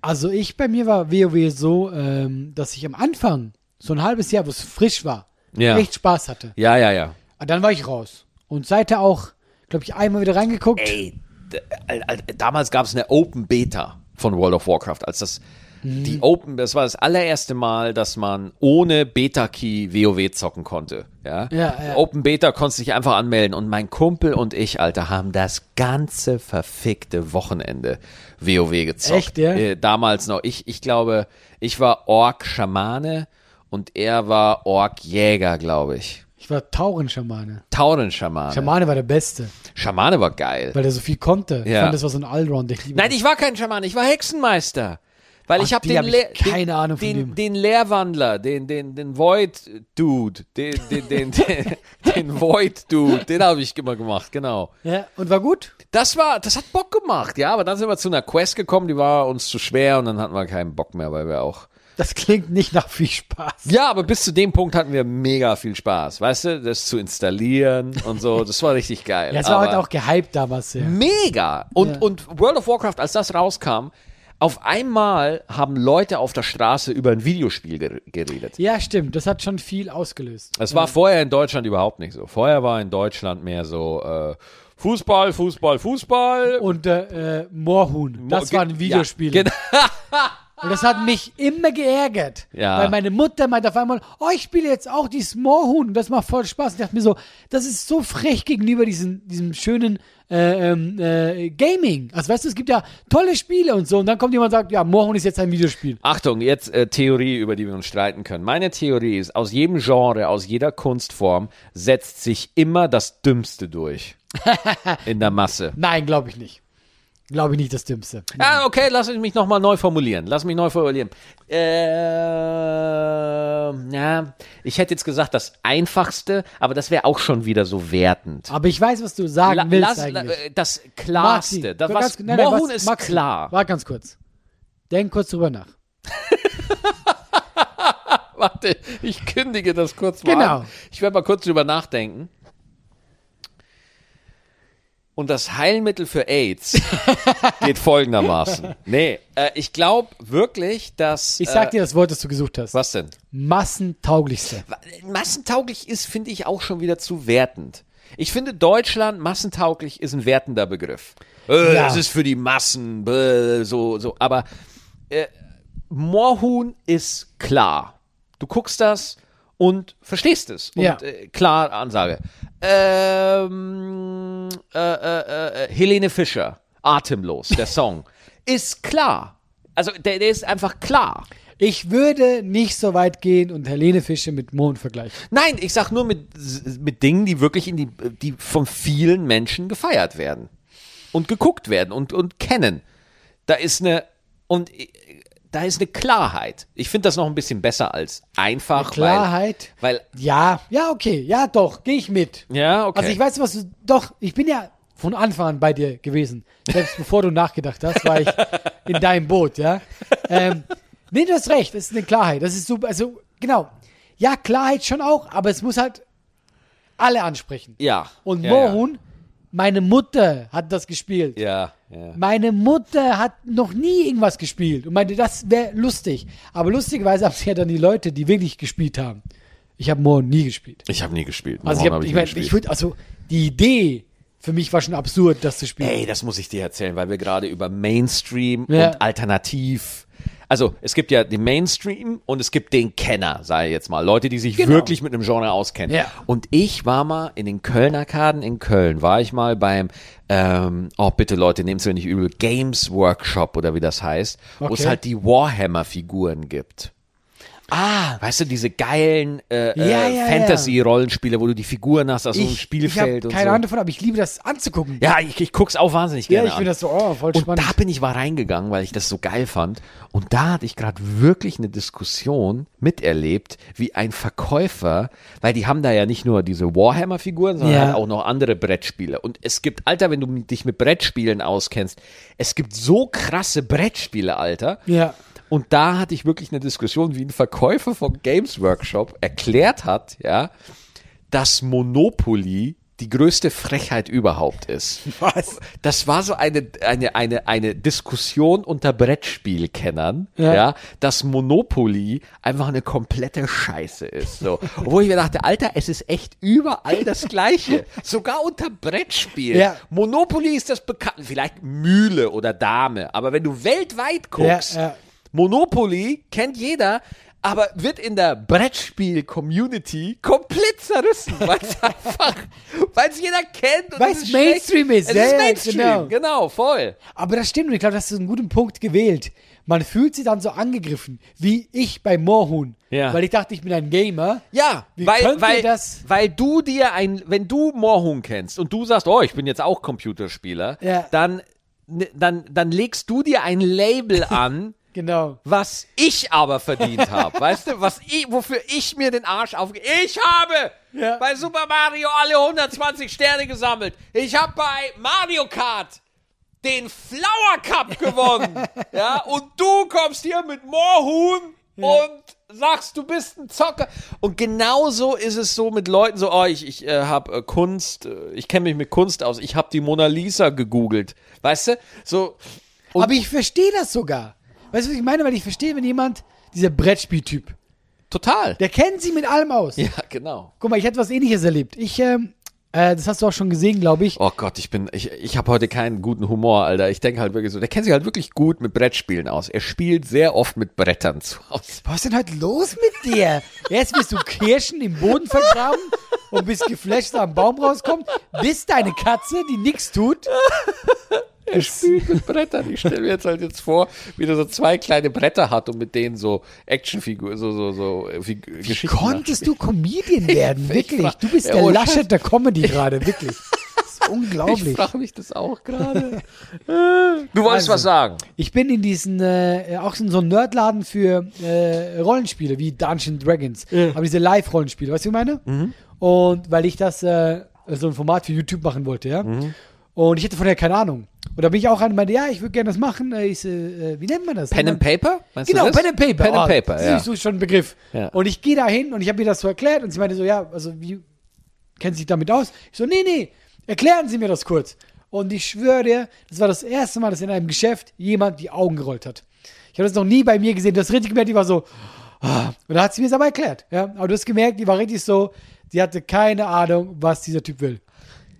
Speaker 2: Also ich, bei mir war WoW so, ähm, dass ich am Anfang, so ein halbes Jahr, wo es frisch war,
Speaker 1: Ja.
Speaker 2: echt Spaß hatte.
Speaker 1: Ja, ja, ja.
Speaker 2: Aber dann war ich raus. Und seither auch, glaube ich, einmal wieder reingeguckt.
Speaker 1: Ey, d- al- al- damals gab es eine Open Beta von World of Warcraft, als das die
Speaker 2: Mhm.
Speaker 1: Open, das war das allererste Mal, dass man ohne Beta Key WoW zocken konnte. Ja,
Speaker 2: Ja, ja.
Speaker 1: Open Beta konntest dich einfach anmelden und mein Kumpel und ich, Alter, haben das ganze verfickte Wochenende WoW gezockt.
Speaker 2: Echt, ja?
Speaker 1: Äh, damals noch. Ich, ich glaube, ich war Ork Schamane und er war Ork Jäger, glaube ich.
Speaker 2: Ich war Tauren-Schamane.
Speaker 1: Tauren-Schamane.
Speaker 2: Schamane war der Beste,
Speaker 1: Schamane war geil.
Speaker 2: weil der so viel konnte. Ich
Speaker 1: Ja.
Speaker 2: fand, das war so ein Allround. Ich liebe
Speaker 1: Nein,
Speaker 2: das.
Speaker 1: ich war kein Schaman, ich war Hexenmeister. Weil ich
Speaker 2: Ach,
Speaker 1: habe
Speaker 2: die
Speaker 1: den,
Speaker 2: hab ich
Speaker 1: Lehr-
Speaker 2: keine
Speaker 1: den,
Speaker 2: Ahnung von
Speaker 1: den,
Speaker 2: dem.
Speaker 1: den Lehrwandler, den, den, den Void-Dude, den, den, den, den, den Void-Dude, den habe ich immer gemacht, genau.
Speaker 2: Ja, und war gut?
Speaker 1: Das war, das hat Bock gemacht, ja, aber dann sind wir zu einer Quest gekommen, die war uns zu schwer und dann hatten wir keinen Bock mehr, weil wir auch.
Speaker 2: Das klingt nicht nach viel Spaß.
Speaker 1: Ja, aber bis zu dem Punkt hatten wir mega viel Spaß, weißt du, das zu installieren und so, das war richtig geil.
Speaker 2: Ja, es war
Speaker 1: aber-
Speaker 2: halt auch gehypt damals. Ja.
Speaker 1: Mega! Und,
Speaker 2: Ja.
Speaker 1: und World of Warcraft, als das rauskam, auf einmal haben Leute auf der Straße über ein Videospiel ger geredet.
Speaker 2: ja, stimmt. Das hat schon viel ausgelöst.
Speaker 1: Das war vorher in Deutschland überhaupt nicht so. Vorher war in Deutschland mehr so äh, Fußball, Fußball, Fußball.
Speaker 2: Und äh, äh, Moorhuhn, das
Speaker 1: Ge-
Speaker 2: waren Videospiele.
Speaker 1: Ja, genau.
Speaker 2: Und das hat mich immer geärgert.
Speaker 1: Ja.
Speaker 2: Weil meine Mutter meinte auf einmal, oh, ich spiele jetzt auch die Smallhuhn. Und das macht voll Spaß. Und ich dachte mir so, das ist so frech gegenüber diesen, diesem schönen äh, ähm, äh, Gaming. Also weißt du, es gibt ja tolle Spiele und so. Und dann kommt jemand und sagt, ja, Moorhuhn ist jetzt ein Videospiel.
Speaker 1: Achtung, jetzt äh, Theorie, über die wir uns streiten können. Meine Theorie ist, aus jedem Genre, aus jeder Kunstform setzt sich immer das Dümmste durch. in der Masse.
Speaker 2: Nein, glaube ich nicht. Glaube ich nicht das Dümmste.
Speaker 1: Ja, okay, lass ich mich nochmal neu formulieren. Lass mich neu formulieren. Ähm, ja, ich hätte jetzt gesagt, das Einfachste, aber das wäre auch schon wieder so wertend.
Speaker 2: Aber ich weiß, was du sagen
Speaker 1: La-
Speaker 2: willst
Speaker 1: lass-
Speaker 2: eigentlich.
Speaker 1: la- äh, das Klarste.
Speaker 2: Maxi,
Speaker 1: das,
Speaker 2: du
Speaker 1: was,
Speaker 2: kannst- nein, nein,
Speaker 1: Mohun
Speaker 2: was-
Speaker 1: ist
Speaker 2: Maxi,
Speaker 1: klar.
Speaker 2: Warte ganz kurz. Denk kurz drüber nach.
Speaker 1: Warte, ich kündige das kurz
Speaker 2: Genau.
Speaker 1: an. Ich werde mal kurz drüber nachdenken. Und das Heilmittel für AIDS geht folgendermaßen. Nee, äh, ich glaube wirklich, dass.
Speaker 2: Ich sag
Speaker 1: äh,
Speaker 2: dir das Wort, das du gesucht hast.
Speaker 1: Was denn?
Speaker 2: Massentauglichste.
Speaker 1: Massentauglich ist, finde ich, auch schon wieder zu wertend. Ich finde, Deutschland massentauglich ist ein wertender Begriff. Äh,
Speaker 2: Ja.
Speaker 1: Das ist für die Massen, bäh, so, so. Aber äh, Moorhuhn ist klar. Du guckst das und verstehst es. Und,
Speaker 2: Ja.
Speaker 1: äh, klar, Ansage. Ähm, äh, äh, äh, Helene Fischer, Atemlos, der Song. ist klar. Also, der, der ist einfach klar.
Speaker 2: Ich würde nicht so weit gehen und Helene Fischer mit Mond vergleichen.
Speaker 1: Nein, ich sag nur mit, mit Dingen, die wirklich in die, die von vielen Menschen gefeiert werden und geguckt werden und, und kennen. Da ist eine und äh, da ist eine Klarheit. Ich finde das noch ein bisschen besser als einfach.
Speaker 2: Klarheit.
Speaker 1: Weil, weil
Speaker 2: Ja, ja, okay. Ja, doch. Gehe ich mit.
Speaker 1: ja, okay.
Speaker 2: Also ich weiß, was du. Doch, ich bin ja von Anfang an bei dir gewesen. Selbst bevor du nachgedacht hast, war ich in deinem Boot, ja. Ähm, nee, du hast recht, das ist eine Klarheit. Das ist super, also genau. Ja, Klarheit schon auch, aber es muss halt alle ansprechen.
Speaker 1: ja.
Speaker 2: Und
Speaker 1: ja,
Speaker 2: Mohun, meine Mutter hat das gespielt.
Speaker 1: Ja, ja.
Speaker 2: Meine Mutter hat noch nie irgendwas gespielt und meinte, das wäre lustig. Aber lustigerweise haben sie ja dann die Leute, die wirklich gespielt haben. Ich habe Mohun nie gespielt.
Speaker 1: Ich habe nie gespielt.
Speaker 2: Also ich,
Speaker 1: Warum
Speaker 2: hab,
Speaker 1: hab
Speaker 2: ich
Speaker 1: nie
Speaker 2: meine,
Speaker 1: gespielt?
Speaker 2: ich würde, also die Idee für mich war schon absurd, das zu spielen.
Speaker 1: Ey, das muss ich dir erzählen, weil wir gerade über Mainstream
Speaker 2: Ja.
Speaker 1: und Alternativ. Also es gibt ja den Mainstream und es gibt den Kenner, sei jetzt mal. Leute, die sich
Speaker 2: Genau.
Speaker 1: wirklich mit einem Genre auskennen.
Speaker 2: Ja.
Speaker 1: Und ich war mal in den Kölner Kaden in Köln, war ich mal beim, ähm, oh bitte Leute, nehmt es mir nicht übel, Games Workshop oder wie das heißt, wo es
Speaker 2: Okay.
Speaker 1: halt die Warhammer-Figuren gibt.
Speaker 2: Ah,
Speaker 1: Weißt du, diese geilen äh,
Speaker 2: Ja,
Speaker 1: äh,
Speaker 2: ja, ja.
Speaker 1: Fantasy-Rollenspiele, wo du die Figuren hast aus so einem
Speaker 2: ich,
Speaker 1: Spielfeld
Speaker 2: ich hab
Speaker 1: und
Speaker 2: keine
Speaker 1: so.
Speaker 2: Ahnung davon, aber ich liebe das anzugucken.
Speaker 1: Ja, ich, ich guck's auch wahnsinnig
Speaker 2: Ja,
Speaker 1: gerne
Speaker 2: ich
Speaker 1: an.
Speaker 2: finde das so, oh, voll
Speaker 1: Und
Speaker 2: spannend.
Speaker 1: da bin ich mal reingegangen, weil ich das so geil fand. Und da hatte ich gerade wirklich eine Diskussion miterlebt, wie ein Verkäufer, weil die haben da ja nicht nur diese Warhammer-Figuren, sondern
Speaker 2: Ja.
Speaker 1: halt auch noch andere Brettspiele. Und es gibt, Alter, wenn du m- dich mit Brettspielen auskennst, es gibt so krasse Brettspiele, Alter.
Speaker 2: Ja.
Speaker 1: Und da hatte ich wirklich eine Diskussion, wie ein Verkäufer vom Games Workshop erklärt hat, ja, dass Monopoly die größte Frechheit überhaupt ist.
Speaker 2: Was?
Speaker 1: Das war so eine, eine, eine, eine Diskussion unter Brettspielkennern, ja.
Speaker 2: Ja.
Speaker 1: dass Monopoly einfach eine komplette Scheiße ist. So. Obwohl ich mir dachte, Alter, es ist echt überall das Gleiche. Sogar unter Brettspiel.
Speaker 2: Ja.
Speaker 1: Monopoly ist das bekannte, vielleicht Mühle oder Dame, aber wenn du weltweit guckst,
Speaker 2: Ja, ja.
Speaker 1: Monopoly kennt jeder, aber wird in der Brettspiel-Community komplett zerrissen, weil es einfach, weil es jeder kennt und
Speaker 2: Weil
Speaker 1: es
Speaker 2: es
Speaker 1: ist schlecht.
Speaker 2: Mainstream ist,
Speaker 1: Es
Speaker 2: ja,
Speaker 1: ist
Speaker 2: ja,
Speaker 1: Mainstream, genau.
Speaker 2: genau.
Speaker 1: voll.
Speaker 2: Aber das stimmt, und ich glaube, das ist einen guten Punkt gewählt. Man fühlt sich dann so angegriffen, wie ich bei Moorhuhn.
Speaker 1: Ja.
Speaker 2: Weil ich dachte, ich bin ein Gamer.
Speaker 1: Ja,
Speaker 2: Wie
Speaker 1: weil,
Speaker 2: könnt
Speaker 1: weil,
Speaker 2: ihr das-
Speaker 1: weil du dir ein, wenn du Morhun kennst und du sagst, oh, ich bin jetzt auch Computerspieler,
Speaker 2: Ja.
Speaker 1: dann, ne, dann, dann legst du dir ein Label an,
Speaker 2: Genau.
Speaker 1: was ich aber verdient habe. weißt du, was ich, wofür ich mir den Arsch aufge... Ich habe
Speaker 2: Ja.
Speaker 1: bei Super Mario alle 120 Sterne gesammelt. Ich habe bei Mario Kart den Flower Cup gewonnen. ja, und du kommst hier mit Moorhuhn und sagst, du bist ein Zocker. Und genauso ist es so mit Leuten so, oh, ich, ich äh, habe äh, Kunst, äh, ich kenne mich mit Kunst aus, ich habe die Mona Lisa gegoogelt. Weißt du? So... Und-
Speaker 2: aber ich verstehe das sogar. Weißt du, was ich meine? Weil ich verstehe, wenn jemand, dieser Brettspieltyp,
Speaker 1: Total.
Speaker 2: der kennt sie mit allem aus.
Speaker 1: Ja, genau.
Speaker 2: Guck mal, ich hätte was ähnliches erlebt. Ich, ähm, äh, das hast du auch schon gesehen, glaube ich.
Speaker 1: Oh Gott, ich bin, ich, ich habe heute keinen guten Humor, Alter. Ich denke halt wirklich so, der kennt sich halt wirklich gut mit Brettspielen aus. Er spielt sehr oft mit Brettern zu Hause.
Speaker 2: Was ist denn heute los mit dir? Erst willst du Kirschen im Boden vergraben und bist geflasht dass am Baum rauskommt, bis deine Katze, die nichts tut.
Speaker 1: Er spielt mit Brettern. Ich stelle mir jetzt halt jetzt vor, wie er so zwei kleine Bretter hat und mit denen so Actionfiguren, so, so, so äh, Fig
Speaker 2: Wie
Speaker 1: Geschichten.
Speaker 2: konntest du Comedian werden?
Speaker 1: ich
Speaker 2: Wirklich.
Speaker 1: war-
Speaker 2: Du bist
Speaker 1: Ja,
Speaker 2: der
Speaker 1: ohne
Speaker 2: Laschet der Comedy gerade, wirklich. Das ist
Speaker 1: Ich
Speaker 2: unglaublich.
Speaker 1: frage mich das auch gerade. Äh, du wolltest
Speaker 2: Also.
Speaker 1: was sagen.
Speaker 2: Ich bin in diesen, äh, auch in so einem Nerdladen für äh, Rollenspiele wie Dungeons and Dragons. Aber diese Live-Rollenspiele, weißt du, wie ich meine?
Speaker 1: Mhm.
Speaker 2: Und weil ich das, äh, so ein Format für YouTube machen wollte, ja.
Speaker 1: Mhm.
Speaker 2: Und ich hatte vorher keine Ahnung. Und da bin ich auch an und meinte, ja, ich würde gerne das machen. Äh, Ich, so, äh, wie nennt man das?
Speaker 1: Pen
Speaker 2: Nennt
Speaker 1: and
Speaker 2: man-
Speaker 1: Paper? Meinst
Speaker 2: Genau,
Speaker 1: du das?
Speaker 2: Pen and Paper.
Speaker 1: Pen and
Speaker 2: Oh,
Speaker 1: Paper,
Speaker 2: das
Speaker 1: ja.
Speaker 2: ist so schon ein Begriff.
Speaker 1: Ja.
Speaker 2: Und ich gehe da hin und ich habe ihr das so erklärt und sie meinte so, ja, also wie kennt sich damit aus? Ich so, nee, nee, erklären Sie mir das kurz. Und ich schwöre dir, das war das erste Mal, dass in einem Geschäft jemand die Augen gerollt hat. Ich habe das noch nie bei mir gesehen. Das richtig gemerkt, die war so, ah. und da hat sie mir es aber erklärt. Ja? Aber du hast gemerkt, die war richtig so, die hatte keine Ahnung, was dieser Typ will.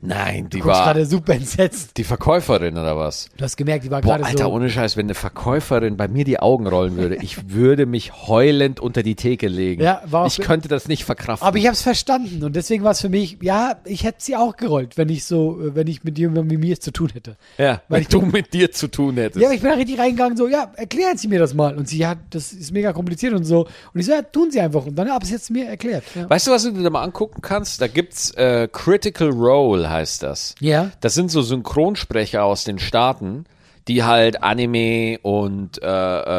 Speaker 1: Nein, die
Speaker 2: Du guckst
Speaker 1: war
Speaker 2: gerade super entsetzt.
Speaker 1: die Verkäuferin oder was?
Speaker 2: Du hast gemerkt, die war
Speaker 1: Boah,
Speaker 2: gerade
Speaker 1: Alter,
Speaker 2: so.
Speaker 1: ohne Scheiß, wenn eine Verkäuferin bei mir die Augen rollen würde, ich würde mich heulend unter die Theke legen.
Speaker 2: Ja, war auch-
Speaker 1: ich könnte das nicht verkraften.
Speaker 2: Aber ich habe es verstanden und deswegen war es für mich, ja, ich hätte sie auch gerollt, wenn ich so, äh, wenn ich mit jemandem wie mir es zu tun hätte.
Speaker 1: ja,
Speaker 2: weil
Speaker 1: wenn
Speaker 2: ich-
Speaker 1: du mit dir zu tun hättest.
Speaker 2: Ja, aber ich bin da richtig reingegangen, so, ja, erklären Sie mir das mal. Und sie, ja, das ist mega kompliziert und so. Und ich so, ja, tun Sie einfach. Und dann habe ich es jetzt mir erklärt. Ja.
Speaker 1: weißt du, was du dir da mal angucken kannst? Da gibt's äh, Critical Role heißt das.
Speaker 2: Ja.
Speaker 1: Das sind so Synchronsprecher aus den Staaten, die halt Anime und äh,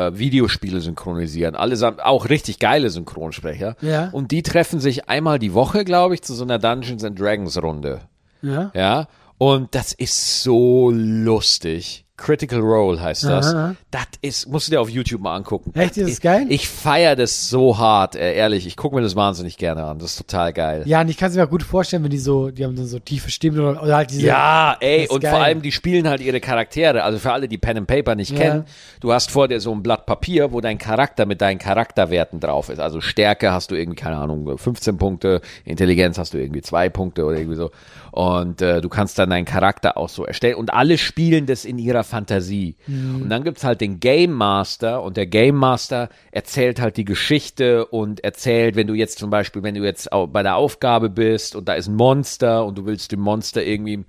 Speaker 1: äh, Videospiele synchronisieren. Allesamt auch richtig geile Synchronsprecher.
Speaker 2: Ja.
Speaker 1: Und die treffen sich einmal die Woche, glaube ich, zu so einer Dungeons and Dragons Runde.
Speaker 2: Ja.
Speaker 1: Ja. Und das ist so lustig. Critical Role heißt das.
Speaker 2: Aha.
Speaker 1: Das ist, musst du dir auf YouTube mal angucken.
Speaker 2: Echt, ist das
Speaker 1: ich,
Speaker 2: geil?
Speaker 1: Ich feiere das so hart, äh, ehrlich. Ich gucke mir das wahnsinnig gerne an. Das ist total geil.
Speaker 2: Ja, und ich kann es mir auch gut vorstellen, wenn die so, die haben dann so tiefe Stimmen oder, oder halt diese.
Speaker 1: Ja,
Speaker 2: Das
Speaker 1: ey,
Speaker 2: ist
Speaker 1: und
Speaker 2: geil.
Speaker 1: vor allem, die spielen halt ihre Charaktere. Also für alle, die Pen and Paper nicht
Speaker 2: Ja.
Speaker 1: kennen, du hast vor dir so ein Blatt Papier, wo dein Charakter mit deinen Charakterwerten drauf ist. Also Stärke hast du irgendwie, keine Ahnung, 15 Punkte, Intelligenz hast du irgendwie zwei Punkte oder irgendwie so. Und äh, du kannst dann deinen Charakter auch so erstellen. Und alle spielen das in ihrer Fantasie.
Speaker 2: Mhm.
Speaker 1: Und dann gibt's halt den Game Master und der Game Master erzählt halt die Geschichte und erzählt, wenn du jetzt zum Beispiel, wenn du jetzt au- bei der Aufgabe bist und da ist ein Monster und du willst dem Monster irgendwie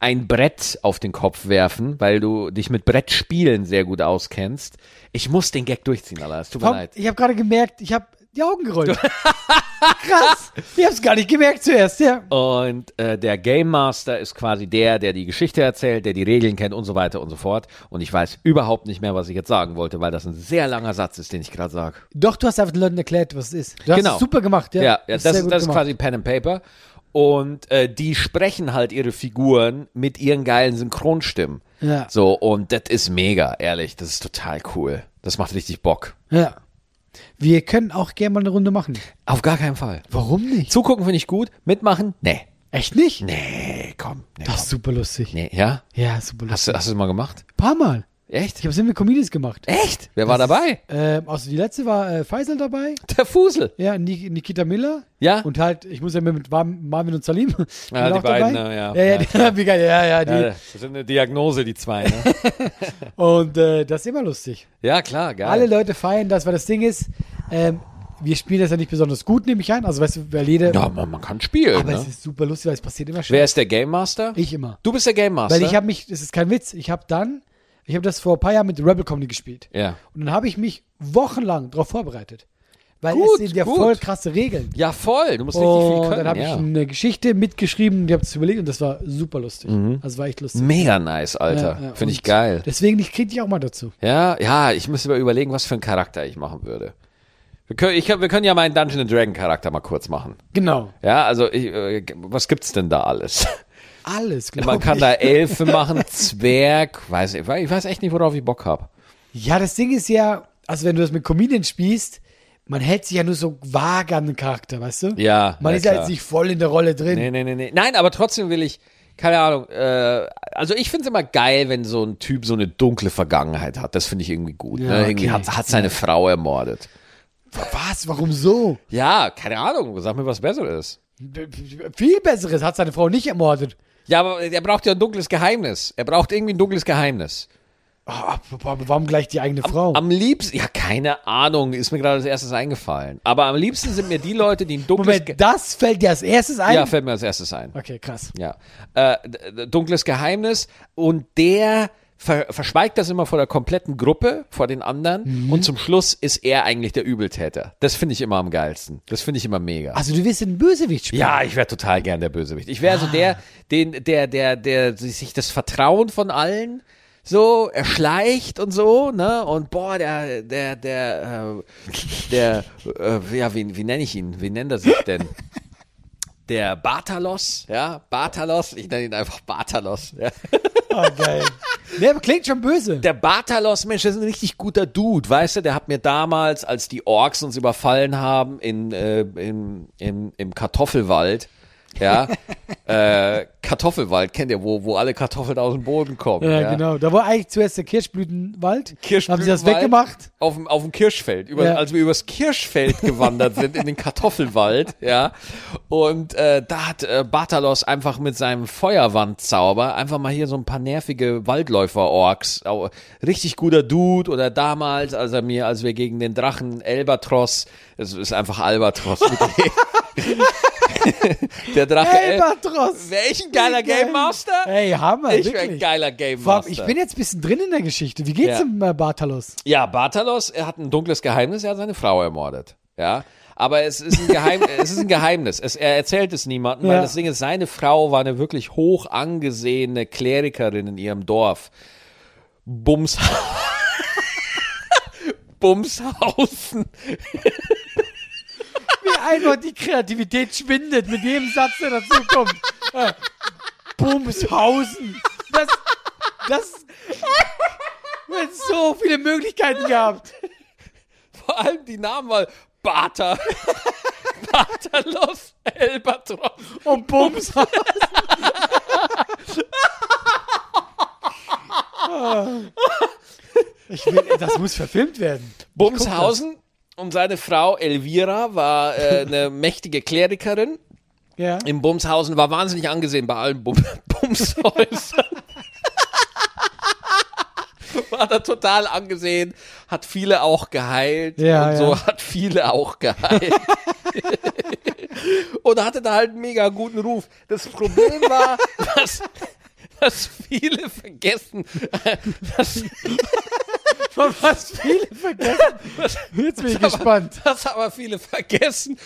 Speaker 1: ein Brett auf den Kopf werfen, weil du dich mit Brettspielen sehr gut auskennst. Ich muss den Gag durchziehen, Alter. Es tut mir
Speaker 2: Komm,
Speaker 1: leid.
Speaker 2: ich habe gerade gemerkt, ich habe die Augen gerollt. Krass. Ich habe es gar nicht gemerkt zuerst, ja.
Speaker 1: Und äh, der Game Master ist quasi der, der die Geschichte erzählt, der die Regeln kennt und so weiter und so fort. Und ich weiß überhaupt nicht mehr, was ich jetzt sagen wollte, weil das ein sehr langer Satz ist, den ich gerade sage.
Speaker 2: Doch, du hast einfach den Leuten erklärt, was es ist. Du
Speaker 1: Genau.
Speaker 2: hast es super gemacht, ja.
Speaker 1: Ja, ja das,
Speaker 2: sehr
Speaker 1: ist,
Speaker 2: gut
Speaker 1: das ist
Speaker 2: gemacht.
Speaker 1: quasi Pen and Paper. Und äh, die sprechen halt ihre Figuren mit ihren geilen Synchronstimmen.
Speaker 2: Ja.
Speaker 1: So, und das ist mega, ehrlich. Das ist total cool. Das macht richtig Bock.
Speaker 2: Ja. Wir können auch gerne mal eine Runde machen.
Speaker 1: Auf gar keinen Fall.
Speaker 2: Warum nicht?
Speaker 1: Zugucken finde ich gut, mitmachen? Nee.
Speaker 2: Echt nicht?
Speaker 1: Nee, komm. Nee,
Speaker 2: Das ist super lustig.
Speaker 1: komm. nee ja?
Speaker 2: Ja, super lustig.
Speaker 1: Hast du hast du das mal gemacht?
Speaker 2: Ein paar Mal. Ich
Speaker 1: Echt?
Speaker 2: habe es mit Comedians gemacht.
Speaker 1: Echt? Wer war dabei?
Speaker 2: Ähm, außer die letzte war äh, Faisal dabei.
Speaker 1: Der Fusel.
Speaker 2: Ja, Ni- Nikita Miller.
Speaker 1: Ja.
Speaker 2: Und halt, ich muss ja mit Mar- Marvin und Salim.
Speaker 1: Ja, die beiden, ne, ja.
Speaker 2: Ja, ja,
Speaker 1: Ja,
Speaker 2: die, wie geil, ja, ja, die.
Speaker 1: das ist eine Diagnose, die zwei, ne?
Speaker 2: Und äh, das ist immer lustig.
Speaker 1: ja, klar, geil.
Speaker 2: Alle Leute feiern das, weil das Ding ist, ähm, wir spielen das ja nicht besonders gut, nehme ich an. Also, weißt du, weil jeder.
Speaker 1: ja, man, man kann spielen,
Speaker 2: aber es
Speaker 1: ne?
Speaker 2: ist super lustig, weil es passiert immer schon.
Speaker 1: Wer ist der Game Master?
Speaker 2: Ich immer.
Speaker 1: Du bist der Game Master?
Speaker 2: Weil ich habe mich, das ist kein Witz, ich habe dann, ich habe das vor ein paar Jahren mit Rebel Comedy gespielt.
Speaker 1: Ja.
Speaker 2: Und dann habe ich mich wochenlang darauf vorbereitet. Weil
Speaker 1: Gut,
Speaker 2: es sind ja
Speaker 1: gut.
Speaker 2: voll krasse Regeln.
Speaker 1: Ja, voll. Du musst richtig viel
Speaker 2: Und
Speaker 1: können.
Speaker 2: Oh, dann habe ich
Speaker 1: ja.
Speaker 2: eine Geschichte mitgeschrieben und ich habe es überlegt und das war super lustig. Also war echt lustig.
Speaker 1: Mega nice, Mhm. Alter.
Speaker 2: Ja, ja.
Speaker 1: Finde ich
Speaker 2: Und
Speaker 1: geil.
Speaker 2: Deswegen ich kriege dich auch mal dazu.
Speaker 1: Ja, ja, ich muss mir überlegen, was für einen Charakter ich machen würde. Wir können, ich, wir können ja meinen Dungeon and Dragon Charakter mal kurz machen.
Speaker 2: Genau.
Speaker 1: Ja, also ich, äh, was gibt's denn da alles?
Speaker 2: Alles, glaube
Speaker 1: Man kann
Speaker 2: ich.
Speaker 1: da Elfe machen, Zwerg, weiß ich, ich weiß echt nicht, worauf ich Bock hab.
Speaker 2: Ja, das Ding ist ja, also wenn du das mit Comedian spielst, man hält sich ja nur so vage an den Charakter, weißt du?
Speaker 1: Ja,
Speaker 2: Man
Speaker 1: ja,
Speaker 2: ist ja
Speaker 1: klar.
Speaker 2: jetzt nicht voll in der Rolle drin.
Speaker 1: Nee, nee, nee, nee. Nein, aber trotzdem will ich, keine Ahnung, äh, also ich find's immer geil, wenn so ein Typ so eine dunkle Vergangenheit hat. Das finde ich irgendwie gut.
Speaker 2: Ja,
Speaker 1: ne? Irgendwie
Speaker 2: okay.
Speaker 1: hat, hat seine Frau ermordet.
Speaker 2: Was? Warum so?
Speaker 1: Ja, keine Ahnung, sag mir was Besseres.
Speaker 2: B- b- Viel Besseres hat seine Frau nicht ermordet.
Speaker 1: Ja, aber er braucht ja ein dunkles Geheimnis. Er braucht irgendwie ein dunkles Geheimnis.
Speaker 2: Ah, aber warum gleich die eigene Frau?
Speaker 1: Am liebsten, ja, keine Ahnung, ist mir gerade als erstes eingefallen. Aber am liebsten sind mir die Leute, die ein dunkles
Speaker 2: Moment, das fällt dir als erstes ein?
Speaker 1: Ja, fällt mir als erstes ein.
Speaker 2: okay, krass.
Speaker 1: Ja. Äh, d- d- dunkles Geheimnis und der ver, verschweigt das immer vor der kompletten Gruppe, vor den anderen. Und zum Schluss ist er eigentlich der Übeltäter. Das finde ich immer am geilsten. Das finde ich immer mega.
Speaker 2: Also du willst den Bösewicht spielen?
Speaker 1: Ja, ich wäre total gern der Bösewicht. Ich wäre so der, den, der, der, der sich das Vertrauen von allen so erschleicht und so, ne? Und boah, der, der, der, äh, der, äh, ja, wie, wie nenne ich ihn? Wie nennt er sich denn? Der Bartalos, ja, Bartalos, ich nenne ihn einfach Bartalos. Ja.
Speaker 2: Ah, geil. Der klingt schon böse.
Speaker 1: Der Bartalos, Mensch, das ist ein richtig guter Dude, weißt du? Der hat mir damals, als die Orks uns überfallen haben in, äh, in, in, im Kartoffelwald, ja, äh, Kartoffelwald, kennt ihr, wo, wo alle Kartoffeln aus dem Boden kommen.
Speaker 2: ja, genau. Da war eigentlich zuerst der Kirschblütenwald. Haben sie das
Speaker 1: Kirschblütenwald
Speaker 2: weggemacht?
Speaker 1: Auf dem, auf dem Kirschfeld. Über,
Speaker 2: Ja.
Speaker 1: Als wir übers Kirschfeld gewandert sind, in den Kartoffelwald, ja. Und äh, da hat äh, Bartalos einfach mit seinem Feuerwandzauber einfach mal hier so ein paar nervige Waldläufer-Orks. Au- Richtig guter Dude. Oder damals, als er mir, als wir gegen den Drachen Elbatros, es ist einfach Albatros. Der Drache El-
Speaker 2: Albatros.
Speaker 1: Welchen geiler
Speaker 2: Wie geil.
Speaker 1: Game Master?
Speaker 2: Ey, Hammer,
Speaker 1: ich bin ein
Speaker 2: wirklich.
Speaker 1: geiler Game
Speaker 2: Vor allem,
Speaker 1: Master.
Speaker 2: Ich bin jetzt ein bisschen drin in der Geschichte. Wie
Speaker 1: Ja.
Speaker 2: geht's dem äh, Bartalos?
Speaker 1: Ja, Bartalos, er hat ein dunkles Geheimnis, er hat seine Frau ermordet. Ja. Aber es ist ein, Geheim, es ist ein Geheimnis. Es, er erzählt es niemandem,
Speaker 2: Ja.
Speaker 1: weil das Ding ist, seine Frau war eine wirklich hoch angesehene Klerikerin in ihrem Dorf. Bums. Bumshausen.
Speaker 2: Wie einfach die Kreativität schwindet mit jedem Satz, der dazu kommt. Äh, Bumshausen. Das, das, du hättest so viele Möglichkeiten gehabt.
Speaker 1: Vor allem die Namen mal Bata. Bartalos Elbatros.
Speaker 2: Und Bumshausen. Ich will, das muss verfilmt werden.
Speaker 1: Bumshausen und seine Frau Elvira war äh, eine mächtige Klerikerin.
Speaker 2: Ja.
Speaker 1: im Bumshausen war wahnsinnig angesehen bei allen Bum Bumshäusern. war da total angesehen, hat viele auch geheilt
Speaker 2: Ja,
Speaker 1: und so
Speaker 2: ja.
Speaker 1: hat viele auch geheilt. und hatte da halt einen mega guten Ruf. Das Problem war, dass, dass viele vergessen, äh, dass,
Speaker 2: Von was viele vergessen. Jetzt bin ich gespannt.
Speaker 1: dass aber viele vergessen.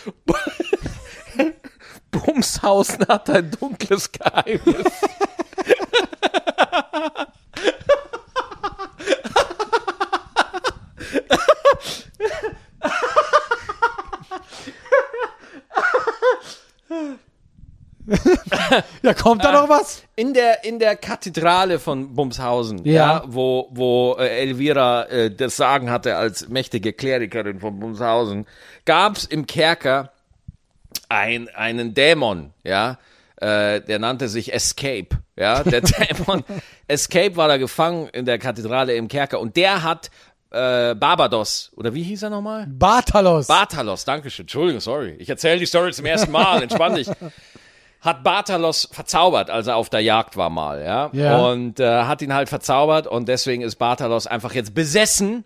Speaker 1: Bumshausen hat ein dunkles Geheimnis.
Speaker 2: Ja, kommt da noch was?
Speaker 1: In der, in der Kathedrale von Bumshausen, ja,
Speaker 2: Ja.
Speaker 1: wo, wo äh, Elvira äh, das Sagen hatte als mächtige Klerikerin von Bumshausen, gab's im Kerker ein, einen Dämon, ja, äh, der nannte sich Escape, ja, der Dämon Escape war da gefangen in der Kathedrale im Kerker und der hat äh, Barbados, oder wie hieß er nochmal?
Speaker 2: Bartalos.
Speaker 1: Bartalos, Dankeschön. Entschuldigung, sorry. Ich erzähle die Story zum ersten Mal. Entspann dich. Hat Bartalos verzaubert, als er auf der Jagd war mal, ja.
Speaker 2: Ja.
Speaker 1: Und äh, hat ihn halt verzaubert und deswegen ist Bartalos einfach jetzt besessen.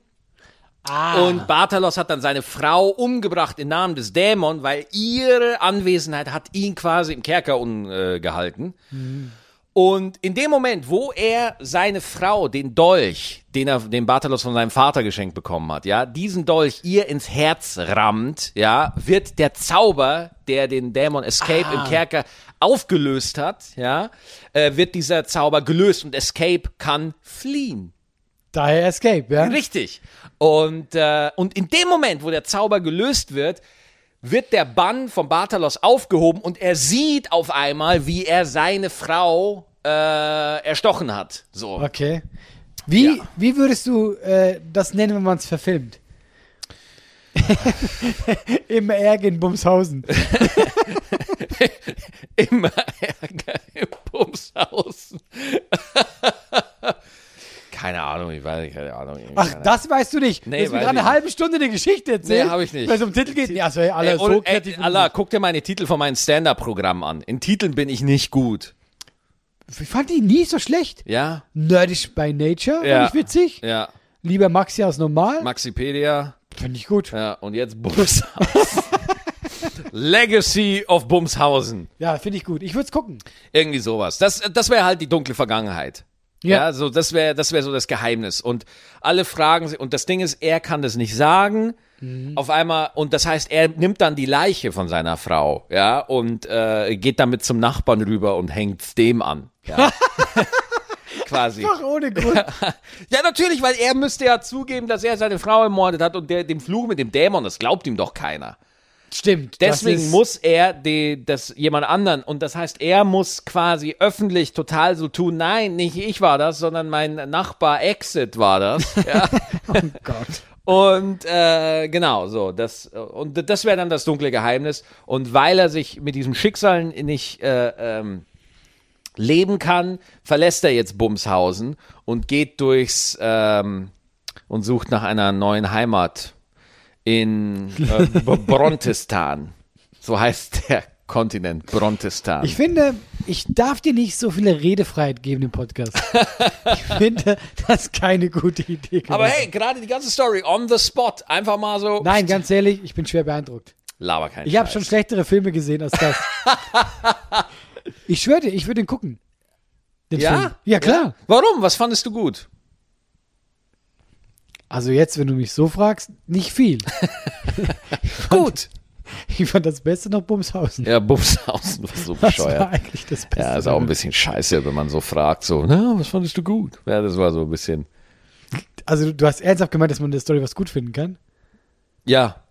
Speaker 2: Ah.
Speaker 1: Und Bartalos hat dann seine Frau umgebracht im Namen des Dämon, weil ihre Anwesenheit hat ihn quasi im Kerker ungehalten. Äh, gehalten. Und in dem Moment, wo er seine Frau den Dolch, den er den Bartalos von seinem Vater geschenkt bekommen hat, ja, diesen Dolch ihr ins Herz rammt, ja, wird der Zauber, der den Dämon Escape im Kerker aufgelöst hat, ja, äh, wird dieser Zauber gelöst und Escape kann fliehen.
Speaker 2: Daher Escape, ja?
Speaker 1: Richtig. Und, äh, und in dem Moment, wo der Zauber gelöst wird, wird der Bann von Bartalos aufgehoben und er sieht auf einmal, wie er seine Frau äh, erstochen hat. So.
Speaker 2: Okay. Wie,
Speaker 1: Ja.
Speaker 2: wie würdest du äh, das nennen, wenn man es verfilmt? Im Ärger in Bumshausen.
Speaker 1: Immer Ärger im Bumshausen. keine Ahnung, ich weiß nicht, keine Ahnung.
Speaker 2: Ach, das weißt du nicht.
Speaker 1: Nee,
Speaker 2: Nee, du hast mir
Speaker 1: weiß
Speaker 2: gerade
Speaker 1: ich
Speaker 2: eine halbe Stunde die Geschichte erzählt.
Speaker 1: Nee, hab ich nicht.
Speaker 2: Weil es um Titel geht. Ja, also, ey, alle
Speaker 1: Ey,
Speaker 2: so
Speaker 1: und, ey,
Speaker 2: kreativ.
Speaker 1: Äh, Allah, guck dir meine Titel von meinem Stand-Up-Programm an. In Titeln bin ich nicht gut.
Speaker 2: ich fand die nie so schlecht.
Speaker 1: Ja?
Speaker 2: Nerdish by Nature,
Speaker 1: Ja.
Speaker 2: fand ich witzig.
Speaker 1: Ja.
Speaker 2: Lieber Maxi aus Normal,
Speaker 1: Maxipedia.
Speaker 2: fand ich gut.
Speaker 1: Ja, und jetzt Bumshausen. Legacy of Bumshausen.
Speaker 2: Ja, finde ich gut. Ich würde es gucken.
Speaker 1: Irgendwie sowas. Das, das wäre halt die dunkle Vergangenheit. Ja, so das wäre das wäre so das Geheimnis und alle fragen sich und das Ding ist, er kann das nicht sagen. Auf einmal und das heißt, er nimmt dann die Leiche von seiner Frau, ja, und äh, geht damit zum Nachbarn rüber und hängt's dem an. Ja. Quasi.
Speaker 2: Ach, ohne Grund.
Speaker 1: Ja, natürlich, weil er müsste ja zugeben, dass er seine Frau ermordet hat und der dem Fluch mit dem Dämon, das glaubt ihm doch keiner.
Speaker 2: Stimmt. das
Speaker 1: Deswegen
Speaker 2: ist-
Speaker 1: muss er die, das jemand anderen und das heißt, er muss quasi öffentlich total so tun, nein, nicht ich war das, sondern mein Nachbar Exit war das. Ja.
Speaker 2: Oh Gott.
Speaker 1: Und äh, genau, so, das, und das wäre dann das dunkle Geheimnis. Und weil er sich mit diesem Schicksal nicht äh, ähm, leben kann, verlässt er jetzt Bumshausen und geht durchs ähm, und sucht nach einer neuen Heimat in äh, B- Brontestan. So heißt der Kontinent, Brontestan.
Speaker 2: Ich finde, ich darf dir nicht so viele Redefreiheit geben im Podcast. ich finde, das ist keine gute Idee.
Speaker 1: aber
Speaker 2: gewesen.
Speaker 1: hey, gerade die ganze Story on the spot, einfach mal so.
Speaker 2: Nein, ganz ehrlich, ich bin schwer beeindruckt.
Speaker 1: laber keinen
Speaker 2: Ich habe
Speaker 1: Scheiß.
Speaker 2: schon schlechtere Filme gesehen als das. ich schwöre dir, ich würde den gucken. Den
Speaker 1: Ja?
Speaker 2: Film. Ja, klar.
Speaker 1: Warum? Was fandest du gut?
Speaker 2: Also jetzt, wenn du mich so fragst, nicht viel.
Speaker 1: Gut.
Speaker 2: Ich fand das Beste noch Bumshausen.
Speaker 1: Ja, Bumshausen war so
Speaker 2: Das war
Speaker 1: bescheuert.
Speaker 2: eigentlich das Beste.
Speaker 1: Ja, ist auch ein bisschen scheiße, wenn man so fragt, so, na, was fandest du gut? Ja, das war so ein bisschen.
Speaker 2: Also du- du hast ernsthaft gemeint, dass man in der Story was gut finden kann?
Speaker 1: Ja,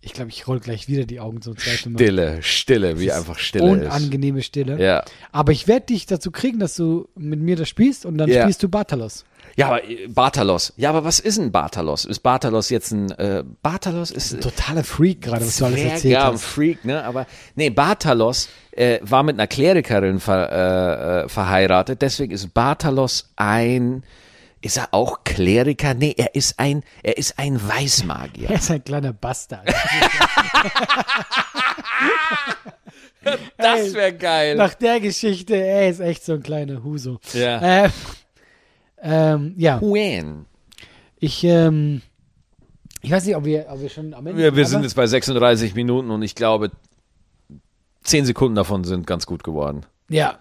Speaker 2: Ich glaube, ich roll gleich wieder die Augen zum zweiten Mal.
Speaker 1: Stille, Stille, wie einfach Stille ist.
Speaker 2: Unangenehme Stille.
Speaker 1: Ja.
Speaker 2: Aber ich werde dich dazu kriegen, dass du mit mir das spielst und dann
Speaker 1: Ja.
Speaker 2: spielst du Bartalos.
Speaker 1: ja, aber äh, Bartalos. Ja, aber was ist ein Bartalos? Ist Bartalos jetzt ein, äh, Bartalos ist äh,
Speaker 2: Totaler Freak gerade, was du alles
Speaker 1: Zwerg,
Speaker 2: erzählt
Speaker 1: ja, ein
Speaker 2: hast.
Speaker 1: Freak, ne? Aber nee, Bartalos äh, war mit einer Klerikerin ver, äh, äh, verheiratet, deswegen ist Bartalos ein, ist er auch Kleriker? Nee, er ist ein, er ist ein Weißmagier.
Speaker 2: Er ist ein kleiner Bastard.
Speaker 1: Das wäre geil.
Speaker 2: Nach der Geschichte, er ist echt so ein kleiner Huso.
Speaker 1: Ja.
Speaker 2: Ähm, ähm, ja.
Speaker 1: Huen.
Speaker 2: Ich, ähm, ich weiß nicht, ob wir, ob wir schon am Ende
Speaker 1: Wir, wir sind
Speaker 2: aber
Speaker 1: jetzt bei 36 Minuten und ich glaube, 10 Sekunden davon sind ganz gut geworden.
Speaker 2: Ja.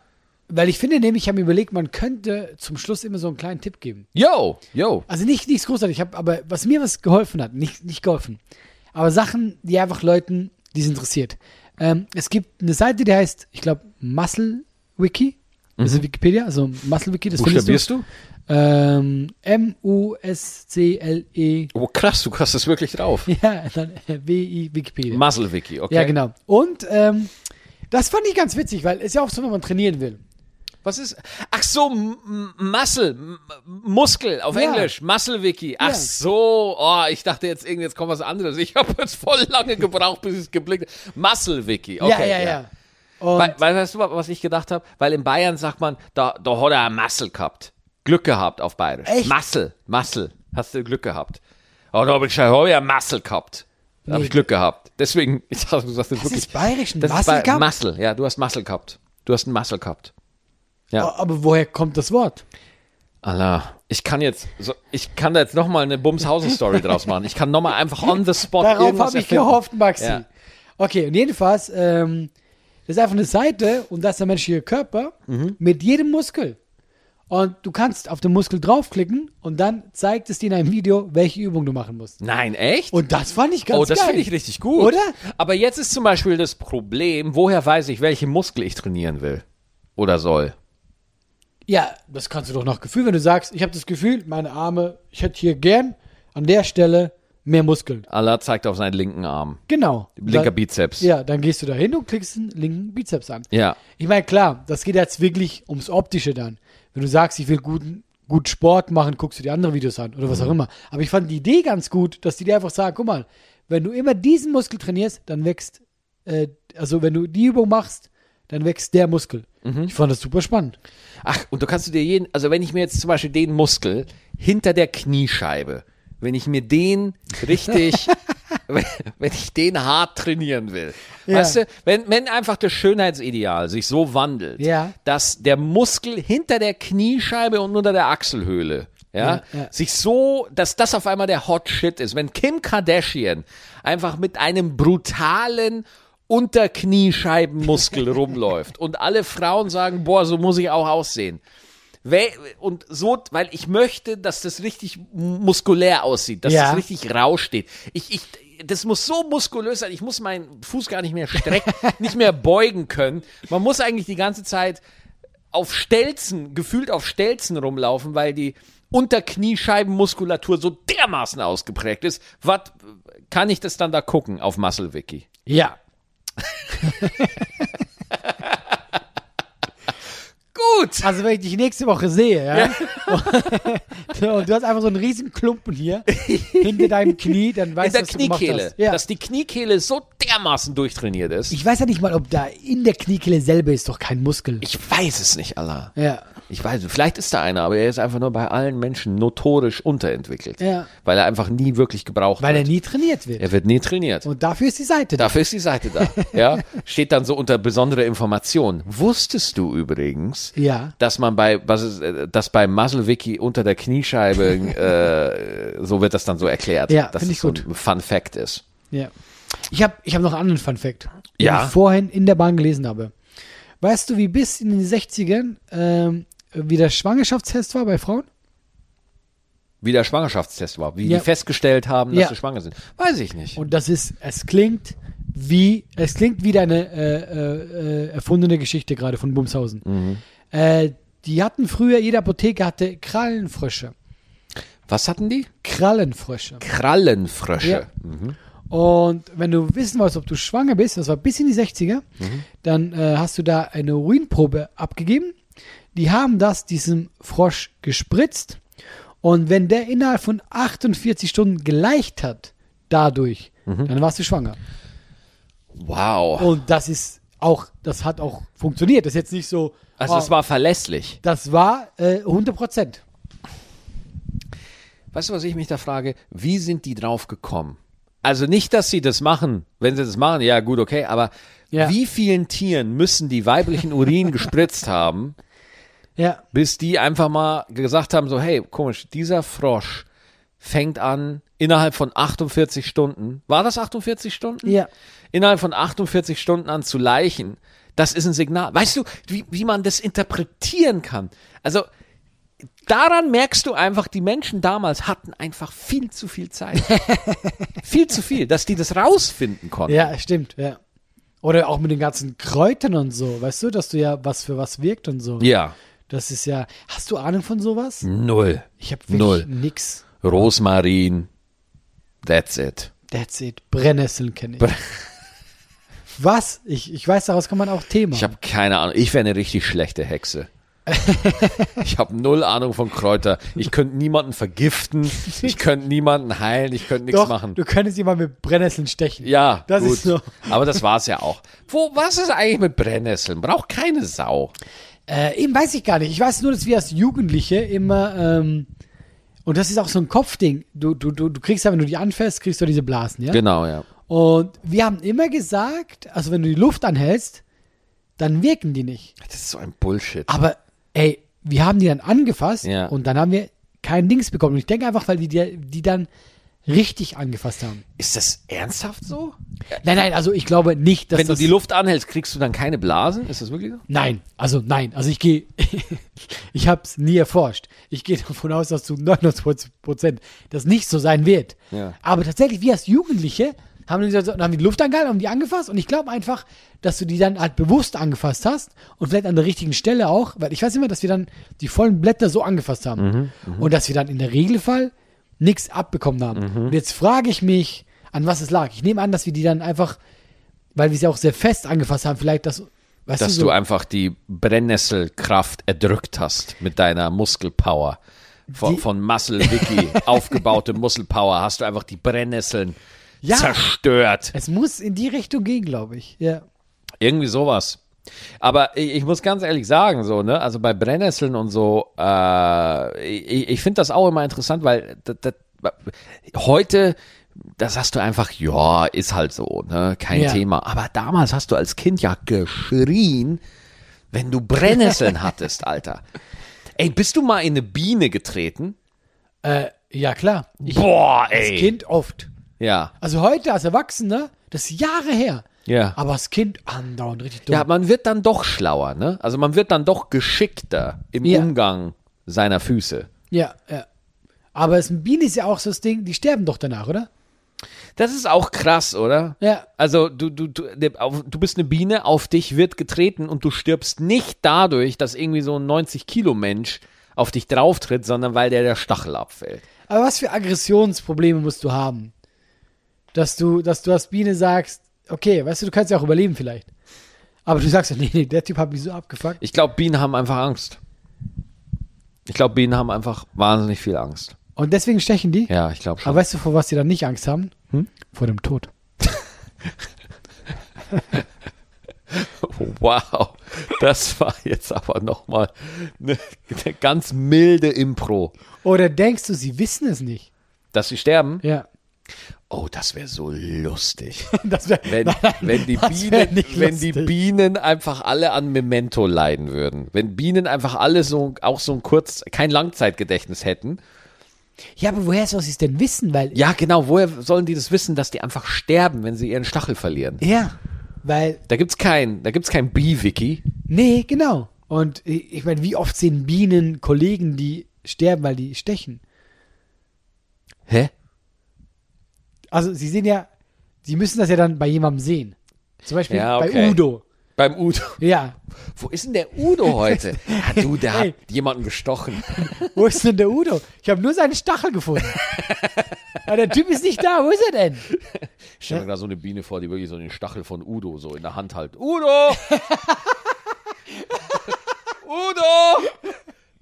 Speaker 2: Weil ich finde nämlich, ich habe mir überlegt, man könnte zum Schluss immer so einen kleinen Tipp geben.
Speaker 1: Yo, yo.
Speaker 2: Also nicht nichts großartig, ich habe aber was mir was geholfen hat, nicht, nicht geholfen. Aber Sachen, die einfach Leuten, die es interessiert. Ähm, es gibt eine Seite, die heißt, ich glaube, Muscle Wiki. Das ist Wikipedia, also Muscle Wiki, das findest
Speaker 1: Mhm. Buchstabierst
Speaker 2: du.
Speaker 1: du?
Speaker 2: Ähm, M-U-S-C-L-E.
Speaker 1: Oh, krass, du hast das wirklich drauf.
Speaker 2: E, Ja, dann W-I Wikipedia.
Speaker 1: Muzzle Wiki, okay.
Speaker 2: Ja, genau. Und ähm, das fand ich ganz witzig, weil es ja auch so, wenn man trainieren will.
Speaker 1: Was ist? Ach so, M- M- Muscle, M- Muskel auf
Speaker 2: Ja.
Speaker 1: Englisch, Muscle Wiki. Ach
Speaker 2: Ja.
Speaker 1: so, oh, ich dachte jetzt irgendwie, jetzt kommt was anderes. Ich habe jetzt voll lange gebraucht, bis ich es geblickt habe. Muscle Wiki, okay.
Speaker 2: ja, ja, ja. Und
Speaker 1: Weil, weil, weißt du, was ich gedacht habe? Weil in Bayern sagt man, da, da hat er ein Muscle gehabt. Glück gehabt auf Bayerisch.
Speaker 2: Echt?
Speaker 1: Muscle, Muscle. Hast du Glück gehabt. Aber da habe ich gesagt, habe ich ein Muscle gehabt. Da habe
Speaker 2: Nee.
Speaker 1: ich Glück gehabt. Deswegen, ich habe gesagt, das,
Speaker 2: das
Speaker 1: wirklich,
Speaker 2: ist bayerisch ein
Speaker 1: das ist
Speaker 2: Muscle
Speaker 1: bei-
Speaker 2: Cup?
Speaker 1: Muscle, ja, du hast Muscle gehabt. Du hast ein Muscle gehabt.
Speaker 2: Oh, Aber woher kommt das Wort?
Speaker 1: Allah. Ich kann jetzt, so, ich kann da jetzt nochmal eine Bumshausen-Story draus machen. Ich kann nochmal einfach on the spot
Speaker 2: Darauf
Speaker 1: irgendwas
Speaker 2: habe ich
Speaker 1: erfinden.
Speaker 2: gehofft, Maxi.
Speaker 1: Ja.
Speaker 2: Okay, und jedenfalls, ähm, das ist einfach eine Seite und das ist der menschliche Körper
Speaker 1: Mhm.
Speaker 2: mit jedem Muskel. Und du kannst auf den Muskel draufklicken und dann zeigt es dir in einem Video, welche Übung du machen musst.
Speaker 1: Nein, echt?
Speaker 2: Und das fand ich ganz
Speaker 1: oh, das
Speaker 2: geil.
Speaker 1: finde ich richtig gut.
Speaker 2: Oder?
Speaker 1: Aber jetzt ist zum Beispiel das Problem, woher weiß ich, welche Muskel ich trainieren will oder soll?
Speaker 2: Ja, das kannst du doch nach Gefühl, wenn du sagst, ich habe das Gefühl, meine Arme, ich hätte hier gern an der Stelle mehr Muskeln.
Speaker 1: Allah zeigt auf seinen linken Arm.
Speaker 2: Genau.
Speaker 1: Linker
Speaker 2: Dann-
Speaker 1: Bizeps.
Speaker 2: Ja, dann gehst du da hin und klickst den linken Bizeps an.
Speaker 1: Ja.
Speaker 2: Ich meine, klar, das geht jetzt wirklich ums Optische dann. Wenn du sagst, ich will guten, gut Sport machen, guckst du dir andere Videos an oder was
Speaker 1: Mhm.
Speaker 2: auch immer. Aber ich fand die Idee ganz gut, dass die dir einfach sagen, guck mal, wenn du immer diesen Muskel trainierst, dann wächst, äh, also wenn du die Übung machst, dann wächst der Muskel.
Speaker 1: Mhm.
Speaker 2: Ich fand das super spannend.
Speaker 1: Ach, und du kannst du dir jeden, also wenn ich mir jetzt zum Beispiel den Muskel hinter der Kniescheibe, wenn ich mir den richtig, wenn, wenn ich den hart trainieren will,
Speaker 2: Ja.
Speaker 1: weißt du, wenn, wenn einfach das Schönheitsideal sich so wandelt,
Speaker 2: Ja.
Speaker 1: dass der Muskel hinter der Kniescheibe und unter der Achselhöhle ja,
Speaker 2: Ja, ja.
Speaker 1: sich so, dass das auf einmal der Hot Shit ist. Wenn Kim Kardashian einfach mit einem brutalen Unterkniescheibenmuskel rumläuft und alle Frauen sagen, boah, so muss ich auch aussehen. Wer- Und so, weil ich möchte, dass das richtig muskulär aussieht, dass
Speaker 2: Ja.
Speaker 1: das richtig rau steht. Ich, ich, das muss so muskulös sein, ich muss meinen Fuß gar nicht mehr strecken, nicht mehr beugen können. Man muss eigentlich die ganze Zeit auf Stelzen, gefühlt auf Stelzen rumlaufen, weil die Unterkniescheibenmuskulatur so dermaßen ausgeprägt ist. Was kann ich das dann da gucken auf Muscle Wiki?
Speaker 2: Ja.
Speaker 1: Gut.
Speaker 2: Also wenn ich dich nächste Woche sehe, ja. Und du hast einfach so einen riesen Klumpen hier hinter deinem Knie, dann
Speaker 1: In
Speaker 2: weißt du,
Speaker 1: der
Speaker 2: was du gemacht
Speaker 1: Kniekehle,
Speaker 2: hast. Ja.
Speaker 1: dass die Kniekehle so dermaßen durchtrainiert ist.
Speaker 2: Ich weiß ja nicht mal, ob da in der Kniekehle selber ist doch kein Muskel.
Speaker 1: Ich weiß es nicht, Allah.
Speaker 2: ja.
Speaker 1: Ich weiß, es. vielleicht ist da einer, aber er ist einfach nur bei allen Menschen notorisch unterentwickelt.
Speaker 2: Ja.
Speaker 1: Weil er einfach nie wirklich gebraucht
Speaker 2: Weil er
Speaker 1: wird.
Speaker 2: nie trainiert wird.
Speaker 1: Er wird nie trainiert.
Speaker 2: Und dafür ist die Seite da.
Speaker 1: Dafür ist die Seite da. Ja, steht dann so unter besondere Information. Wusstest du übrigens,
Speaker 2: Ja.
Speaker 1: dass man bei, was ist, äh, dass bei MuzzleWiki unter der Kniescheibe, äh, so wird das dann so erklärt,
Speaker 2: Ja,
Speaker 1: dass
Speaker 2: find
Speaker 1: es
Speaker 2: ich
Speaker 1: so
Speaker 2: gut.
Speaker 1: ein Fun Fact ist.
Speaker 2: Ja. Ich habe ich hab noch einen anderen Fun Fact, den
Speaker 1: Ja.
Speaker 2: ich vorhin in der Bahn gelesen habe. Weißt du, wie bis in den 60ern ähm, wie der Schwangerschaftstest war bei Frauen?
Speaker 1: Wie der Schwangerschaftstest war, wie
Speaker 2: Ja.
Speaker 1: die festgestellt haben, dass
Speaker 2: Ja.
Speaker 1: sie schwanger sind. Weiß ich nicht.
Speaker 2: Und das ist, es klingt wie, es klingt wie deine äh, äh, äh, erfundene Geschichte gerade von Bumshausen. Äh, die hatten früher, jede Apotheke hatte Krallenfrösche.
Speaker 1: Was hatten die?
Speaker 2: Krallenfrösche.
Speaker 1: Krallenfrösche.
Speaker 2: Und wenn du wissen wolltest, ob du schwanger bist, das war bis in die 60er,
Speaker 1: Mhm.
Speaker 2: dann äh, hast du da eine Urinprobe abgegeben. Die haben das diesem Frosch gespritzt. Und wenn der innerhalb von 48 Stunden geleicht hat, dadurch,
Speaker 1: Mhm.
Speaker 2: dann warst du schwanger.
Speaker 1: Wow.
Speaker 2: Und das ist auch, das hat auch funktioniert. Das ist jetzt nicht so.
Speaker 1: Also
Speaker 2: oh,
Speaker 1: es war verlässlich.
Speaker 2: das war äh, 100 Prozent.
Speaker 1: Weißt du, was ich mich da frage? Wie sind die drauf gekommen? Also nicht, dass sie das machen. Wenn sie das machen, ja gut, okay, aber
Speaker 2: Ja.
Speaker 1: wie vielen Tieren müssen die weiblichen Urin gespritzt haben,
Speaker 2: Ja.
Speaker 1: bis die einfach mal gesagt haben, so, hey, komisch, dieser Frosch fängt an, innerhalb von 48 Stunden, war das 48 Stunden?
Speaker 2: Ja.
Speaker 1: Innerhalb von 48 Stunden an zu leichen. Das ist ein Signal. Weißt du, wie, wie man das interpretieren kann? Also, daran merkst du einfach, die Menschen damals hatten einfach viel zu viel Zeit. viel zu viel, dass die das rausfinden konnten.
Speaker 2: Ja, stimmt, ja. Oder auch mit den ganzen Kräutern und so, weißt du, dass du ja was für was wirkt und so.
Speaker 1: ja.
Speaker 2: Das ist ja. Hast du Ahnung von sowas?
Speaker 1: Null.
Speaker 2: Ich habe wirklich
Speaker 1: Null.
Speaker 2: nix.
Speaker 1: Rosmarin. That's it.
Speaker 2: That's it. Brennnesseln kenne ich.
Speaker 1: Bre-
Speaker 2: was? Ich, ich weiß, daraus kann man auch Thema.
Speaker 1: Ich habe keine Ahnung. Ich wäre eine richtig schlechte Hexe. ich habe null Ahnung von Kräuter. Ich könnte niemanden vergiften. Ich könnte niemanden heilen. Ich könnte nichts
Speaker 2: Doch,
Speaker 1: machen.
Speaker 2: du könntest jemanden mit Brennnesseln stechen.
Speaker 1: Ja,
Speaker 2: Das
Speaker 1: gut.
Speaker 2: ist so.
Speaker 1: Aber das war's ja auch. Wo, was ist eigentlich mit Brennnesseln? Braucht keine Sau.
Speaker 2: Äh, eben weiß ich gar nicht. Ich weiß nur, dass wir als Jugendliche immer, ähm, und das ist auch so ein Kopfding. Du, du, du, du kriegst ja, wenn du die anfährst, kriegst du diese Blasen, ja?
Speaker 1: Genau, ja.
Speaker 2: Und wir haben immer gesagt, also wenn du die Luft anhältst, dann wirken die nicht.
Speaker 1: Das ist so ein Bullshit.
Speaker 2: Aber ey, wir haben die dann angefasst
Speaker 1: Ja.
Speaker 2: und dann haben wir kein Dings bekommen. Und ich denke einfach, weil die, die die dann richtig angefasst haben.
Speaker 1: Ist das ernsthaft so?
Speaker 2: Nein, nein, also ich glaube nicht, dass
Speaker 1: Wenn du
Speaker 2: das
Speaker 1: die Luft anhältst, kriegst du dann keine Blasen? Ist das wirklich so?
Speaker 2: Nein, also nein, also ich gehe, ich habe es nie erforscht. Ich gehe davon aus, dass zu 99 Prozent das nicht so sein wird.
Speaker 1: Ja.
Speaker 2: Aber tatsächlich, wir als Jugendliche haben, die, so- haben die Luft angehalten, haben die angefasst und ich glaube einfach, dass du die dann halt bewusst angefasst hast und vielleicht an der richtigen Stelle auch, weil ich weiß immer, dass wir dann die vollen Blätter so angefasst
Speaker 1: Mhm,
Speaker 2: haben und dass wir dann in der Regelfall nichts abbekommen haben.
Speaker 1: Mhm.
Speaker 2: Und jetzt frage ich mich, an was es lag. Ich nehme an, dass wir die dann einfach, weil wir sie auch sehr fest angefasst haben, vielleicht das, weißt
Speaker 1: Dass
Speaker 2: du, so,
Speaker 1: du einfach die Brennnesselkraft erdrückt hast mit deiner Muskelpower. Von,
Speaker 2: Die-
Speaker 1: von Muscle Wiki aufgebaute Muskelpower hast du einfach die Brennnesseln
Speaker 2: Ja.
Speaker 1: zerstört.
Speaker 2: Es muss in die Richtung gehen, glaube ich. Ja.
Speaker 1: Irgendwie sowas. Aber ich, ich muss ganz ehrlich sagen, so, ne, also bei Brennnesseln und so, äh, ich, ich finde das auch immer interessant, weil das, das, heute, da sagst du einfach, ja, ist halt so, ne, kein
Speaker 2: Ja.
Speaker 1: Thema. Aber damals hast du als Kind ja geschrien, wenn du Brennnesseln hattest, Alter. Ey, bist du mal in eine Biene getreten?
Speaker 2: Äh, ja, klar. Ich
Speaker 1: Boah,
Speaker 2: als Kind oft.
Speaker 1: Ja.
Speaker 2: Also heute als Erwachsener, das ist Jahre her.
Speaker 1: Ja.
Speaker 2: Aber das Kind andauernd richtig dumm.
Speaker 1: Ja, man wird dann doch schlauer, ne? Also man wird dann doch geschickter im
Speaker 2: Ja.
Speaker 1: Umgang seiner Füße.
Speaker 2: ja. ja. Aber es, Bienen ist ja auch so das Ding, die sterben doch danach, oder?
Speaker 1: Das ist auch krass, oder?
Speaker 2: Ja.
Speaker 1: Also du, du, du, ne, auf, du bist eine Biene, auf dich wird getreten und du stirbst nicht dadurch, dass irgendwie so ein 90-Kilo-Mensch auf dich drauftritt, sondern weil der der Stachel abfällt.
Speaker 2: Aber was für Aggressionsprobleme musst du haben? Dass du, dass du als Biene sagst, okay, weißt du, du kannst ja auch überleben vielleicht. Aber du sagst ja, nee, nee, der Typ hat mich so abgefuckt.
Speaker 1: Ich glaube, Bienen haben einfach Angst. Ich glaube, Bienen haben einfach wahnsinnig viel Angst.
Speaker 2: Und deswegen stechen die.
Speaker 1: Ja, ich glaube schon.
Speaker 2: Aber weißt du, vor was die dann nicht Angst haben?
Speaker 1: Hm?
Speaker 2: Vor dem Tod.
Speaker 1: Wow, das war jetzt aber nochmal eine, eine ganz milde Impro.
Speaker 2: Oder denkst du, sie wissen es nicht?
Speaker 1: Dass sie sterben?
Speaker 2: Ja.
Speaker 1: Oh, das wäre so lustig.
Speaker 2: Das wär,
Speaker 1: Wenn,
Speaker 2: nein,
Speaker 1: wenn, die,
Speaker 2: das wär
Speaker 1: Bienen,
Speaker 2: nicht
Speaker 1: wenn die
Speaker 2: lustig.
Speaker 1: Bienen einfach alle an Memento leiden würden. Wenn Bienen einfach alle so, auch so ein kurz, kein Langzeitgedächtnis hätten.
Speaker 2: Ja, aber woher soll sie es denn wissen? Weil
Speaker 1: Ja, genau, woher sollen die das wissen, dass die einfach sterben, wenn sie ihren Stachel verlieren?
Speaker 2: Ja, weil,
Speaker 1: Da gibt's kein, da gibt's kein Bee-Wiki.
Speaker 2: nee, genau. Und ich ich meine, wie oft sehen Bienen Kollegen, die sterben, weil die stechen?
Speaker 1: Hä?
Speaker 2: Also sie sehen ja, sie müssen das ja dann bei jemandem sehen. Zum Beispiel
Speaker 1: Ja, okay.
Speaker 2: bei Udo.
Speaker 1: Beim Udo.
Speaker 2: Ja,
Speaker 1: Wo ist denn der Udo heute? Ja, du, der
Speaker 2: Hey.
Speaker 1: hat jemanden gestochen.
Speaker 2: wo ist denn der Udo? Ich habe nur seinen Stachel gefunden. Aber der Typ ist nicht da, wo ist er denn?
Speaker 1: Ich stelle mir da so eine Biene vor, die wirklich so den Stachel von Udo so in der Hand hält. Udo! Udo!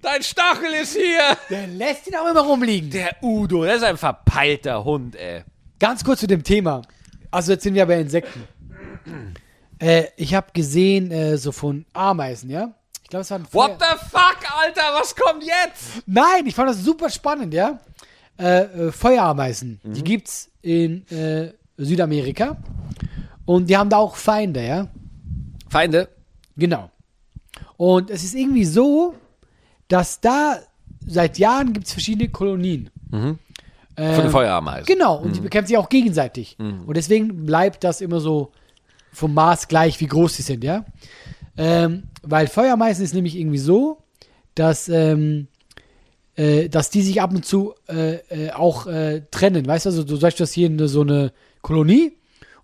Speaker 1: Dein Stachel ist hier!
Speaker 2: Der lässt ihn auch immer rumliegen.
Speaker 1: Der Udo, der ist ein verpeilter Hund, ey.
Speaker 2: Ganz kurz zu dem Thema. Also jetzt sind wir bei Insekten. Äh, ich habe gesehen, äh, so von Ameisen, ja? Ich glaube, es waren
Speaker 1: What
Speaker 2: Feuer-
Speaker 1: the fuck, Alter? Was kommt jetzt?
Speaker 2: Nein, ich fand das super spannend, ja. Äh, äh, Feuerameisen,
Speaker 1: Mhm.
Speaker 2: die gibt's in äh, Südamerika und die haben da auch Feinde, ja.
Speaker 1: Feinde?
Speaker 2: Genau. Und es ist irgendwie so, dass da seit Jahren gibt's verschiedene Kolonien. Ähm,
Speaker 1: Mhm. Von den Feuerameisen.
Speaker 2: Genau, und die bekämpfen sich auch gegenseitig. Und deswegen bleibt das immer so vom Maß gleich, wie groß sie sind, ja. Ähm, weil Feuermeisen ist nämlich irgendwie so, dass, ähm, äh, dass die sich ab und zu äh, äh, auch äh, trennen. Weißt du, also, du sagst, du hast hier eine, so eine Kolonie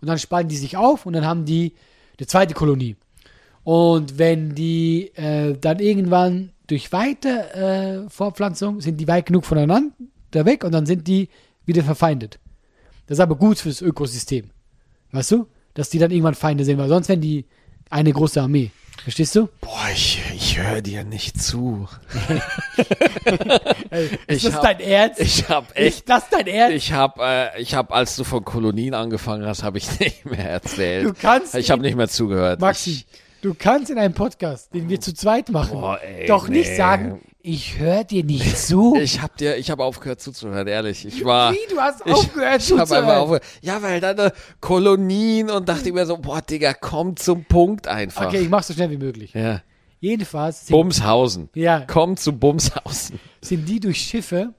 Speaker 2: und dann spalten die sich auf und dann haben die eine zweite Kolonie. Und wenn die äh, dann irgendwann durch weite äh, Vorpflanzung sind die weit genug voneinander weg und dann sind die wieder verfeindet. Das ist aber gut fürs Ökosystem. Weißt du? Dass die dann irgendwann Feinde sind, weil sonst wären die eine große Armee. Verstehst du?
Speaker 1: Boah, ich, ich höre dir nicht zu.
Speaker 2: Ist
Speaker 1: Ich
Speaker 2: das
Speaker 1: hab-
Speaker 2: dein Ernst?
Speaker 1: Ich hab
Speaker 2: Ist
Speaker 1: echt.
Speaker 2: das dein Ernst?
Speaker 1: Ich hab, äh, ich hab, als du von Kolonien angefangen hast, habe ich nicht mehr erzählt.
Speaker 2: Du kannst
Speaker 1: Ich habe nicht mehr zugehört.
Speaker 2: Maxi,
Speaker 1: Ich,
Speaker 2: du kannst in einem Podcast, den wir zu zweit machen,
Speaker 1: Boah, ey,
Speaker 2: doch nicht
Speaker 1: nee.
Speaker 2: sagen, ich höre dir nicht zu.
Speaker 1: ich habe dir, ich habe aufgehört zuzuhören, ehrlich. Ich war.
Speaker 2: Wie, du hast aufgehört
Speaker 1: ich, ich hab
Speaker 2: zuzuhören?
Speaker 1: einfach aufgehört. Ja, weil deine Kolonien und dachte ich mir so, boah, Digga, komm zum Punkt einfach.
Speaker 2: okay, ich mach's so schnell wie möglich.
Speaker 1: Ja.
Speaker 2: Jedenfalls sind,
Speaker 1: Bumshausen.
Speaker 2: Ja.
Speaker 1: Komm zu Bumshausen.
Speaker 2: sind die durch Schiffe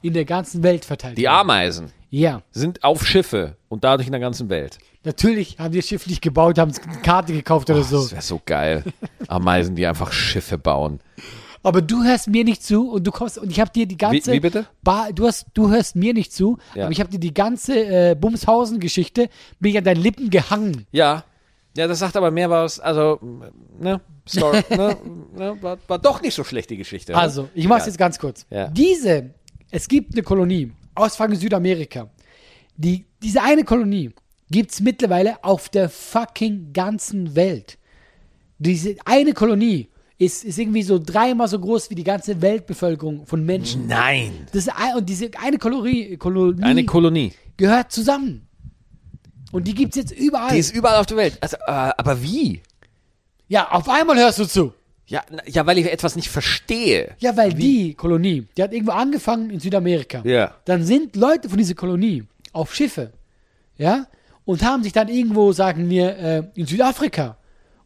Speaker 2: in der ganzen Welt verteilt.
Speaker 1: Die
Speaker 2: worden.
Speaker 1: Ameisen
Speaker 2: Ja.
Speaker 1: sind auf Schiffe und dadurch in der ganzen Welt.
Speaker 2: Natürlich haben die das Schiff nicht gebaut, haben eine Karte gekauft oder so.
Speaker 1: Das wäre so geil. Ameisen, die einfach Schiffe bauen.
Speaker 2: Aber du hörst mir nicht zu und du kommst und ich habe dir die ganze
Speaker 1: wie bitte?
Speaker 2: Ba- du hast du hörst mir nicht zu,
Speaker 1: Ja.
Speaker 2: aber ich habe dir die ganze äh, Bumshausen Geschichte bin ich an deinen Lippen gehangen.
Speaker 1: Ja. Ja, das sagt aber mehr was. Also, ne, Story, ne, ne war, war doch nicht so schlecht die Geschichte. oder?
Speaker 2: Also, ich mach's
Speaker 1: Ja.
Speaker 2: jetzt ganz kurz.
Speaker 1: Ja.
Speaker 2: Diese es gibt eine Kolonie ausfangen Südamerika. Die diese eine Kolonie gibt's mittlerweile auf der fucking ganzen Welt. Diese eine Kolonie ist, ist irgendwie so dreimal so groß wie die ganze Weltbevölkerung von Menschen.
Speaker 1: Nein.
Speaker 2: Das ist ein, und diese eine Kolonie, Kolonie
Speaker 1: Mhm. Eine Kolonie.
Speaker 2: gehört zusammen. Und die gibt's jetzt überall.
Speaker 1: Die ist überall auf der Welt. Also, äh, aber wie?
Speaker 2: ja, auf einmal hörst du zu.
Speaker 1: Ja, na- ja, weil ich etwas nicht verstehe.
Speaker 2: Ja, weil die Kolonie, die hat irgendwo angefangen in Südamerika.
Speaker 1: Ja.
Speaker 2: Dann sind Leute von dieser Kolonie auf Schiffe, ja, und haben sich dann irgendwo, sagen wir, äh, in Südafrika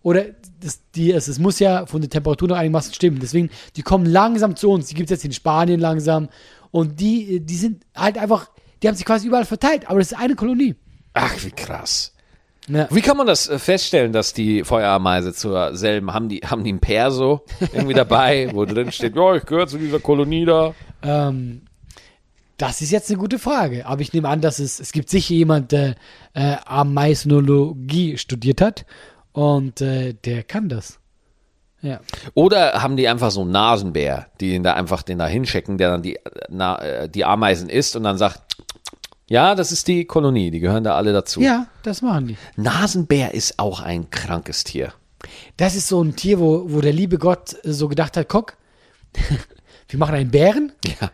Speaker 2: oder das, die, es, es muss ja von der Temperatur noch einigermaßen stimmen. Deswegen, die kommen langsam zu uns. Die gibt's jetzt in Spanien langsam und die, äh, die sind halt einfach, die haben sich quasi überall verteilt. Aber das ist eine Kolonie.
Speaker 1: Ach, wie krass.
Speaker 2: Ja.
Speaker 1: Wie kann man das äh, feststellen, dass die Feuerameise zur selben, haben die, haben die ein Perso irgendwie dabei, wo drin steht, ja, ich gehöre zu dieser Kolonie da.
Speaker 2: Ähm, das ist jetzt eine gute Frage, aber ich nehme an, dass es, es gibt sicher jemand, der äh, Ameisenologie studiert hat und äh, der kann das. Ja.
Speaker 1: Oder haben die einfach so einen Nasenbär, die ihn da einfach den da hinschicken, der dann die, äh, na, äh, die Ameisen isst und dann sagt, ja, das ist die Kolonie, die gehören da alle dazu.
Speaker 2: ja, das machen die.
Speaker 1: Nasenbär ist auch ein krankes Tier.
Speaker 2: Das ist so ein Tier, wo, wo der liebe Gott äh, so gedacht hat, guck, wir machen einen Bären,
Speaker 1: Ja.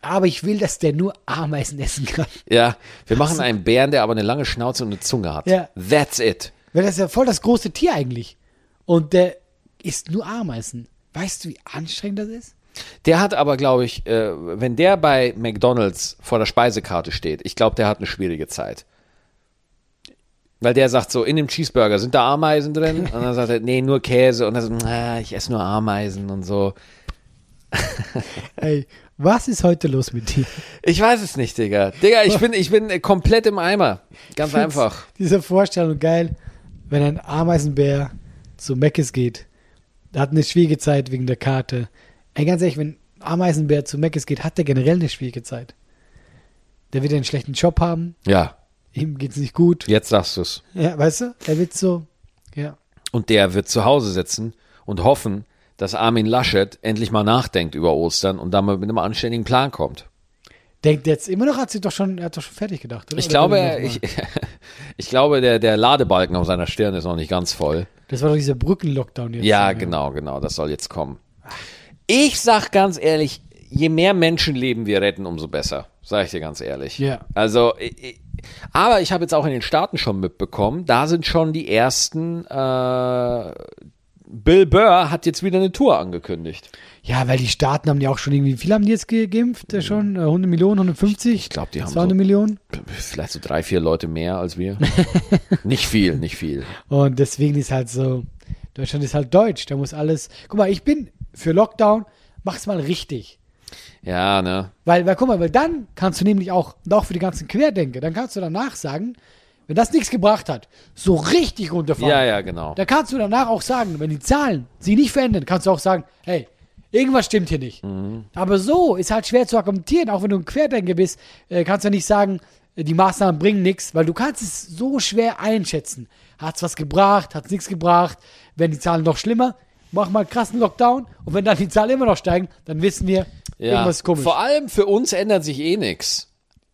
Speaker 2: aber ich will, dass der nur Ameisen essen kann.
Speaker 1: Ja, wir machen einen Bären, der aber eine lange Schnauze und eine Zunge hat.
Speaker 2: Ja.
Speaker 1: That's it.
Speaker 2: Weil das ist ja voll das große Tier eigentlich. Und der isst nur Ameisen. Weißt du, wie anstrengend das ist?
Speaker 1: Der hat aber, glaube ich, äh, wenn der bei McDonalds vor der Speisekarte steht, ich glaube, der hat eine schwierige Zeit. Weil der sagt so, in dem Cheeseburger sind da Ameisen drin? Und dann sagt er, nee, nur Käse. Und dann sagt er, "Na, ich esse nur Ameisen und so.
Speaker 2: Ey, was ist heute los mit dir?
Speaker 1: Ich weiß es nicht, Digga. Digga, ich bin, ich bin äh, komplett im Eimer. Ganz einfach.
Speaker 2: Diese Vorstellung geil, wenn ein Ameisenbär zu Meckes geht, der hat eine schwierige Zeit wegen der Karte. Ey, ganz ehrlich, wenn ein Ameisenbär zu Meckes geht, hat der generell eine schwierige Zeit. Der wird einen schlechten Job haben,
Speaker 1: Ja,
Speaker 2: ihm geht's nicht gut.
Speaker 1: jetzt sagst du's.
Speaker 2: Ja, weißt du? Er wird so, ja.
Speaker 1: Und der wird zu Hause sitzen und hoffen, dass Armin Laschet endlich mal nachdenkt über Ostern und da mal mit einem anständigen Plan kommt.
Speaker 2: Denkt jetzt immer noch, hat sich doch schon, er hat doch schon fertig gedacht, oder?
Speaker 1: Ich
Speaker 2: Oder
Speaker 1: glaube,
Speaker 2: will er
Speaker 1: er-
Speaker 2: noch mal?
Speaker 1: ich, ich glaube der, der Ladebalken auf seiner Stirn ist noch nicht ganz voll.
Speaker 2: Das war doch dieser Brücken-Lockdown jetzt. ne?
Speaker 1: Ja, genau, genau, das soll jetzt kommen. Ich sag ganz ehrlich, je mehr Menschenleben wir retten, umso besser. Sag ich dir ganz ehrlich.
Speaker 2: Ja.
Speaker 1: Also, i- i- aber ich habe jetzt auch in den Staaten schon mitbekommen, da sind schon die ersten. Äh, Bill Burr hat jetzt wieder eine Tour angekündigt.
Speaker 2: Ja, weil die Staaten haben ja auch schon irgendwie, wie viel haben die jetzt geimpft? Äh, Schon? Äh, 100 Millionen, 150?
Speaker 1: Ich glaub, die haben
Speaker 2: 200
Speaker 1: so-
Speaker 2: Millionen.
Speaker 1: vielleicht so drei, vier Leute mehr als wir. nicht viel, nicht viel.
Speaker 2: Und deswegen ist halt so, Deutschland ist halt deutsch, da muss alles. Guck mal, ich bin für Lockdown, mach's mal richtig.
Speaker 1: Ja, ne?
Speaker 2: Weil, weil guck mal, weil dann kannst du nämlich auch, und auch für die ganzen Querdenker, dann kannst du danach sagen, wenn das nichts gebracht hat, so richtig runterfahren.
Speaker 1: Ja, ja, genau.
Speaker 2: Da kannst du danach auch sagen, wenn die Zahlen sich nicht verändern, kannst du auch sagen, hey, irgendwas stimmt hier nicht.
Speaker 1: Mhm.
Speaker 2: Aber so ist halt schwer zu argumentieren, auch wenn du ein Querdenker bist, äh, kannst du ja nicht sagen, äh, die Maßnahmen bringen nichts, weil du kannst es so schwer einschätzen. Hat's was gebracht, hat's nichts gebracht, werden die Zahlen noch schlimmer, mach mal einen krassen Lockdown und wenn dann die Zahlen immer noch steigen, dann wissen wir,
Speaker 1: Ja.
Speaker 2: irgendwas ist komisch.
Speaker 1: Vor allem für uns ändert sich eh nichts.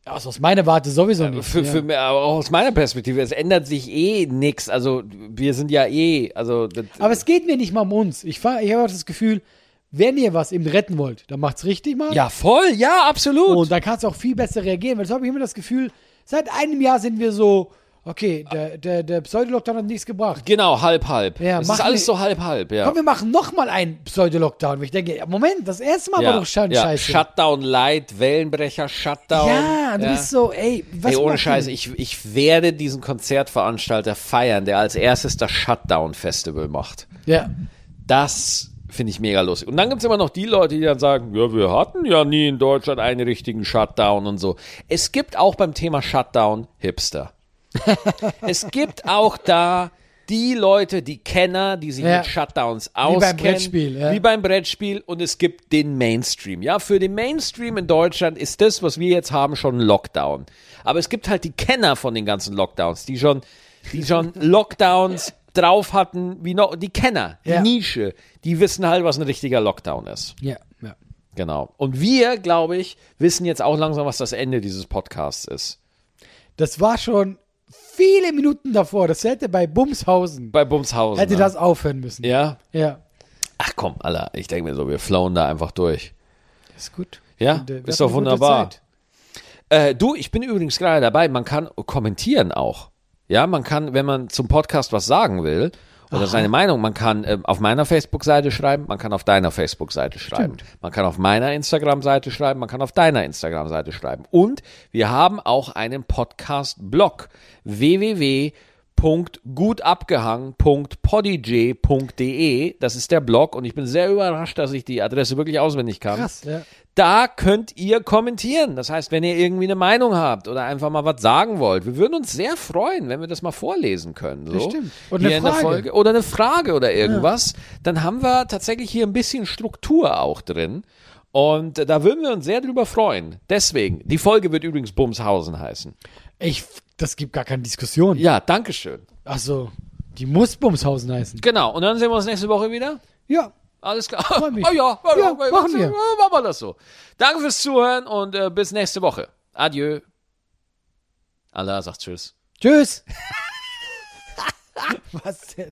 Speaker 2: Also aus meiner Warte sowieso nicht.
Speaker 1: Für,
Speaker 2: ja.
Speaker 1: für, aber auch aus meiner Perspektive, es ändert sich eh nichts. Also wir sind ja eh, also das,
Speaker 2: Aber es geht mir nicht mal um uns. Ich, fa- ich habe auch das Gefühl, wenn ihr was eben retten wollt, dann macht's richtig mal.
Speaker 1: ja voll, ja absolut.
Speaker 2: Und dann kannst du auch viel besser reagieren, weil so habe ich immer das Gefühl, seit einem Jahr sind wir so, okay, der, der, der Pseudo-Lockdown hat nichts gebracht.
Speaker 1: genau halb halb.
Speaker 2: Ja,
Speaker 1: es
Speaker 2: mach
Speaker 1: ist alles
Speaker 2: mir-
Speaker 1: so halb halb. Ja.
Speaker 2: Komm, wir machen nochmal einen Pseudo-Lockdown. Und Ich denke, ja, Moment, das erste Mal
Speaker 1: ja.
Speaker 2: war doch schon
Speaker 1: ja.
Speaker 2: scheiße.
Speaker 1: Shutdown Light, Wellenbrecher, Shutdown.
Speaker 2: ja, du
Speaker 1: Ja.
Speaker 2: bist so, ey, was
Speaker 1: Ey, ohne
Speaker 2: macht ihr?
Speaker 1: Scheiße, ich, ich werde diesen Konzertveranstalter feiern, der als erstes das Shutdown-Festival macht.
Speaker 2: Ja.
Speaker 1: Das finde ich mega lustig. Und dann gibt es immer noch die Leute, die dann sagen, ja, wir hatten ja nie in Deutschland einen richtigen Shutdown und so. Es gibt auch beim Thema Shutdown Hipster. es gibt auch da die Leute, die Kenner, die sich
Speaker 2: Ja.
Speaker 1: mit Shutdowns auskennen.
Speaker 2: Brettspiel, ja.
Speaker 1: Wie beim Brettspiel. Und es gibt den Mainstream. Ja, für den Mainstream in Deutschland ist das, was wir jetzt haben, schon ein Lockdown. Aber es gibt halt die Kenner von den ganzen Lockdowns, die schon, die schon Lockdowns drauf hatten, wie noch, die Kenner, die
Speaker 2: Ja.
Speaker 1: Nische, die wissen halt, was ein richtiger Lockdown ist.
Speaker 2: Ja, ja.
Speaker 1: Genau. Und wir, glaube ich, wissen jetzt auch langsam, was das Ende dieses Podcasts ist.
Speaker 2: Das war schon viele Minuten davor. Das hätte bei Bumshausen,
Speaker 1: Bei Bumshausen.
Speaker 2: hätte
Speaker 1: ne?
Speaker 2: das aufhören müssen.
Speaker 1: Ja?
Speaker 2: ja.
Speaker 1: Ach komm, Alter, ich denke mir so, wir flown da einfach durch.
Speaker 2: Ist gut.
Speaker 1: Ja,
Speaker 2: Und, äh, wir
Speaker 1: ist
Speaker 2: hatten
Speaker 1: doch
Speaker 2: eine gute
Speaker 1: wunderbar.
Speaker 2: Zeit.
Speaker 1: Äh, du, ich bin übrigens gerade dabei, man kann kommentieren auch. Ja, man kann, wenn man zum Podcast was sagen will oder seine Meinung, man kann ähm, auf meiner Facebook-Seite schreiben, man kann auf deiner Facebook-Seite schreiben, man kann auf meiner Instagram-Seite schreiben, man kann auf deiner Instagram-Seite schreiben. Und wir haben auch einen Podcast-Blog www www.gutabgehangen.podigy.de. Das ist der Blog und ich bin sehr überrascht, dass ich die Adresse wirklich auswendig kann.
Speaker 2: Krass, ja.
Speaker 1: Da könnt ihr kommentieren. Das heißt, wenn ihr irgendwie eine Meinung habt oder einfach mal was sagen wollt, wir würden uns sehr freuen, wenn wir das mal vorlesen können. So.
Speaker 2: Das stimmt.
Speaker 1: Oder
Speaker 2: Oder
Speaker 1: hier eine
Speaker 2: eine
Speaker 1: in der
Speaker 2: Frage.
Speaker 1: Folge oder eine Frage oder irgendwas. Dann haben wir tatsächlich hier ein bisschen Struktur auch drin. Und äh, da würden wir uns sehr drüber freuen. Deswegen, die Folge wird übrigens Bumshausen heißen.
Speaker 2: Ich, das gibt gar keine Diskussion.
Speaker 1: Ja, Dankeschön.
Speaker 2: Ach so, die muss Bumshausen heißen.
Speaker 1: Genau. Und dann sehen wir uns nächste Woche wieder.
Speaker 2: Ja.
Speaker 1: Alles klar.
Speaker 2: Freu mich.
Speaker 1: Oh ja,
Speaker 2: Ja,
Speaker 1: ja
Speaker 2: machen wir.
Speaker 1: Machen wir das so. Danke fürs Zuhören und äh, bis nächste Woche. Adieu. Allah sagt Tschüss.
Speaker 2: Tschüss. Was denn?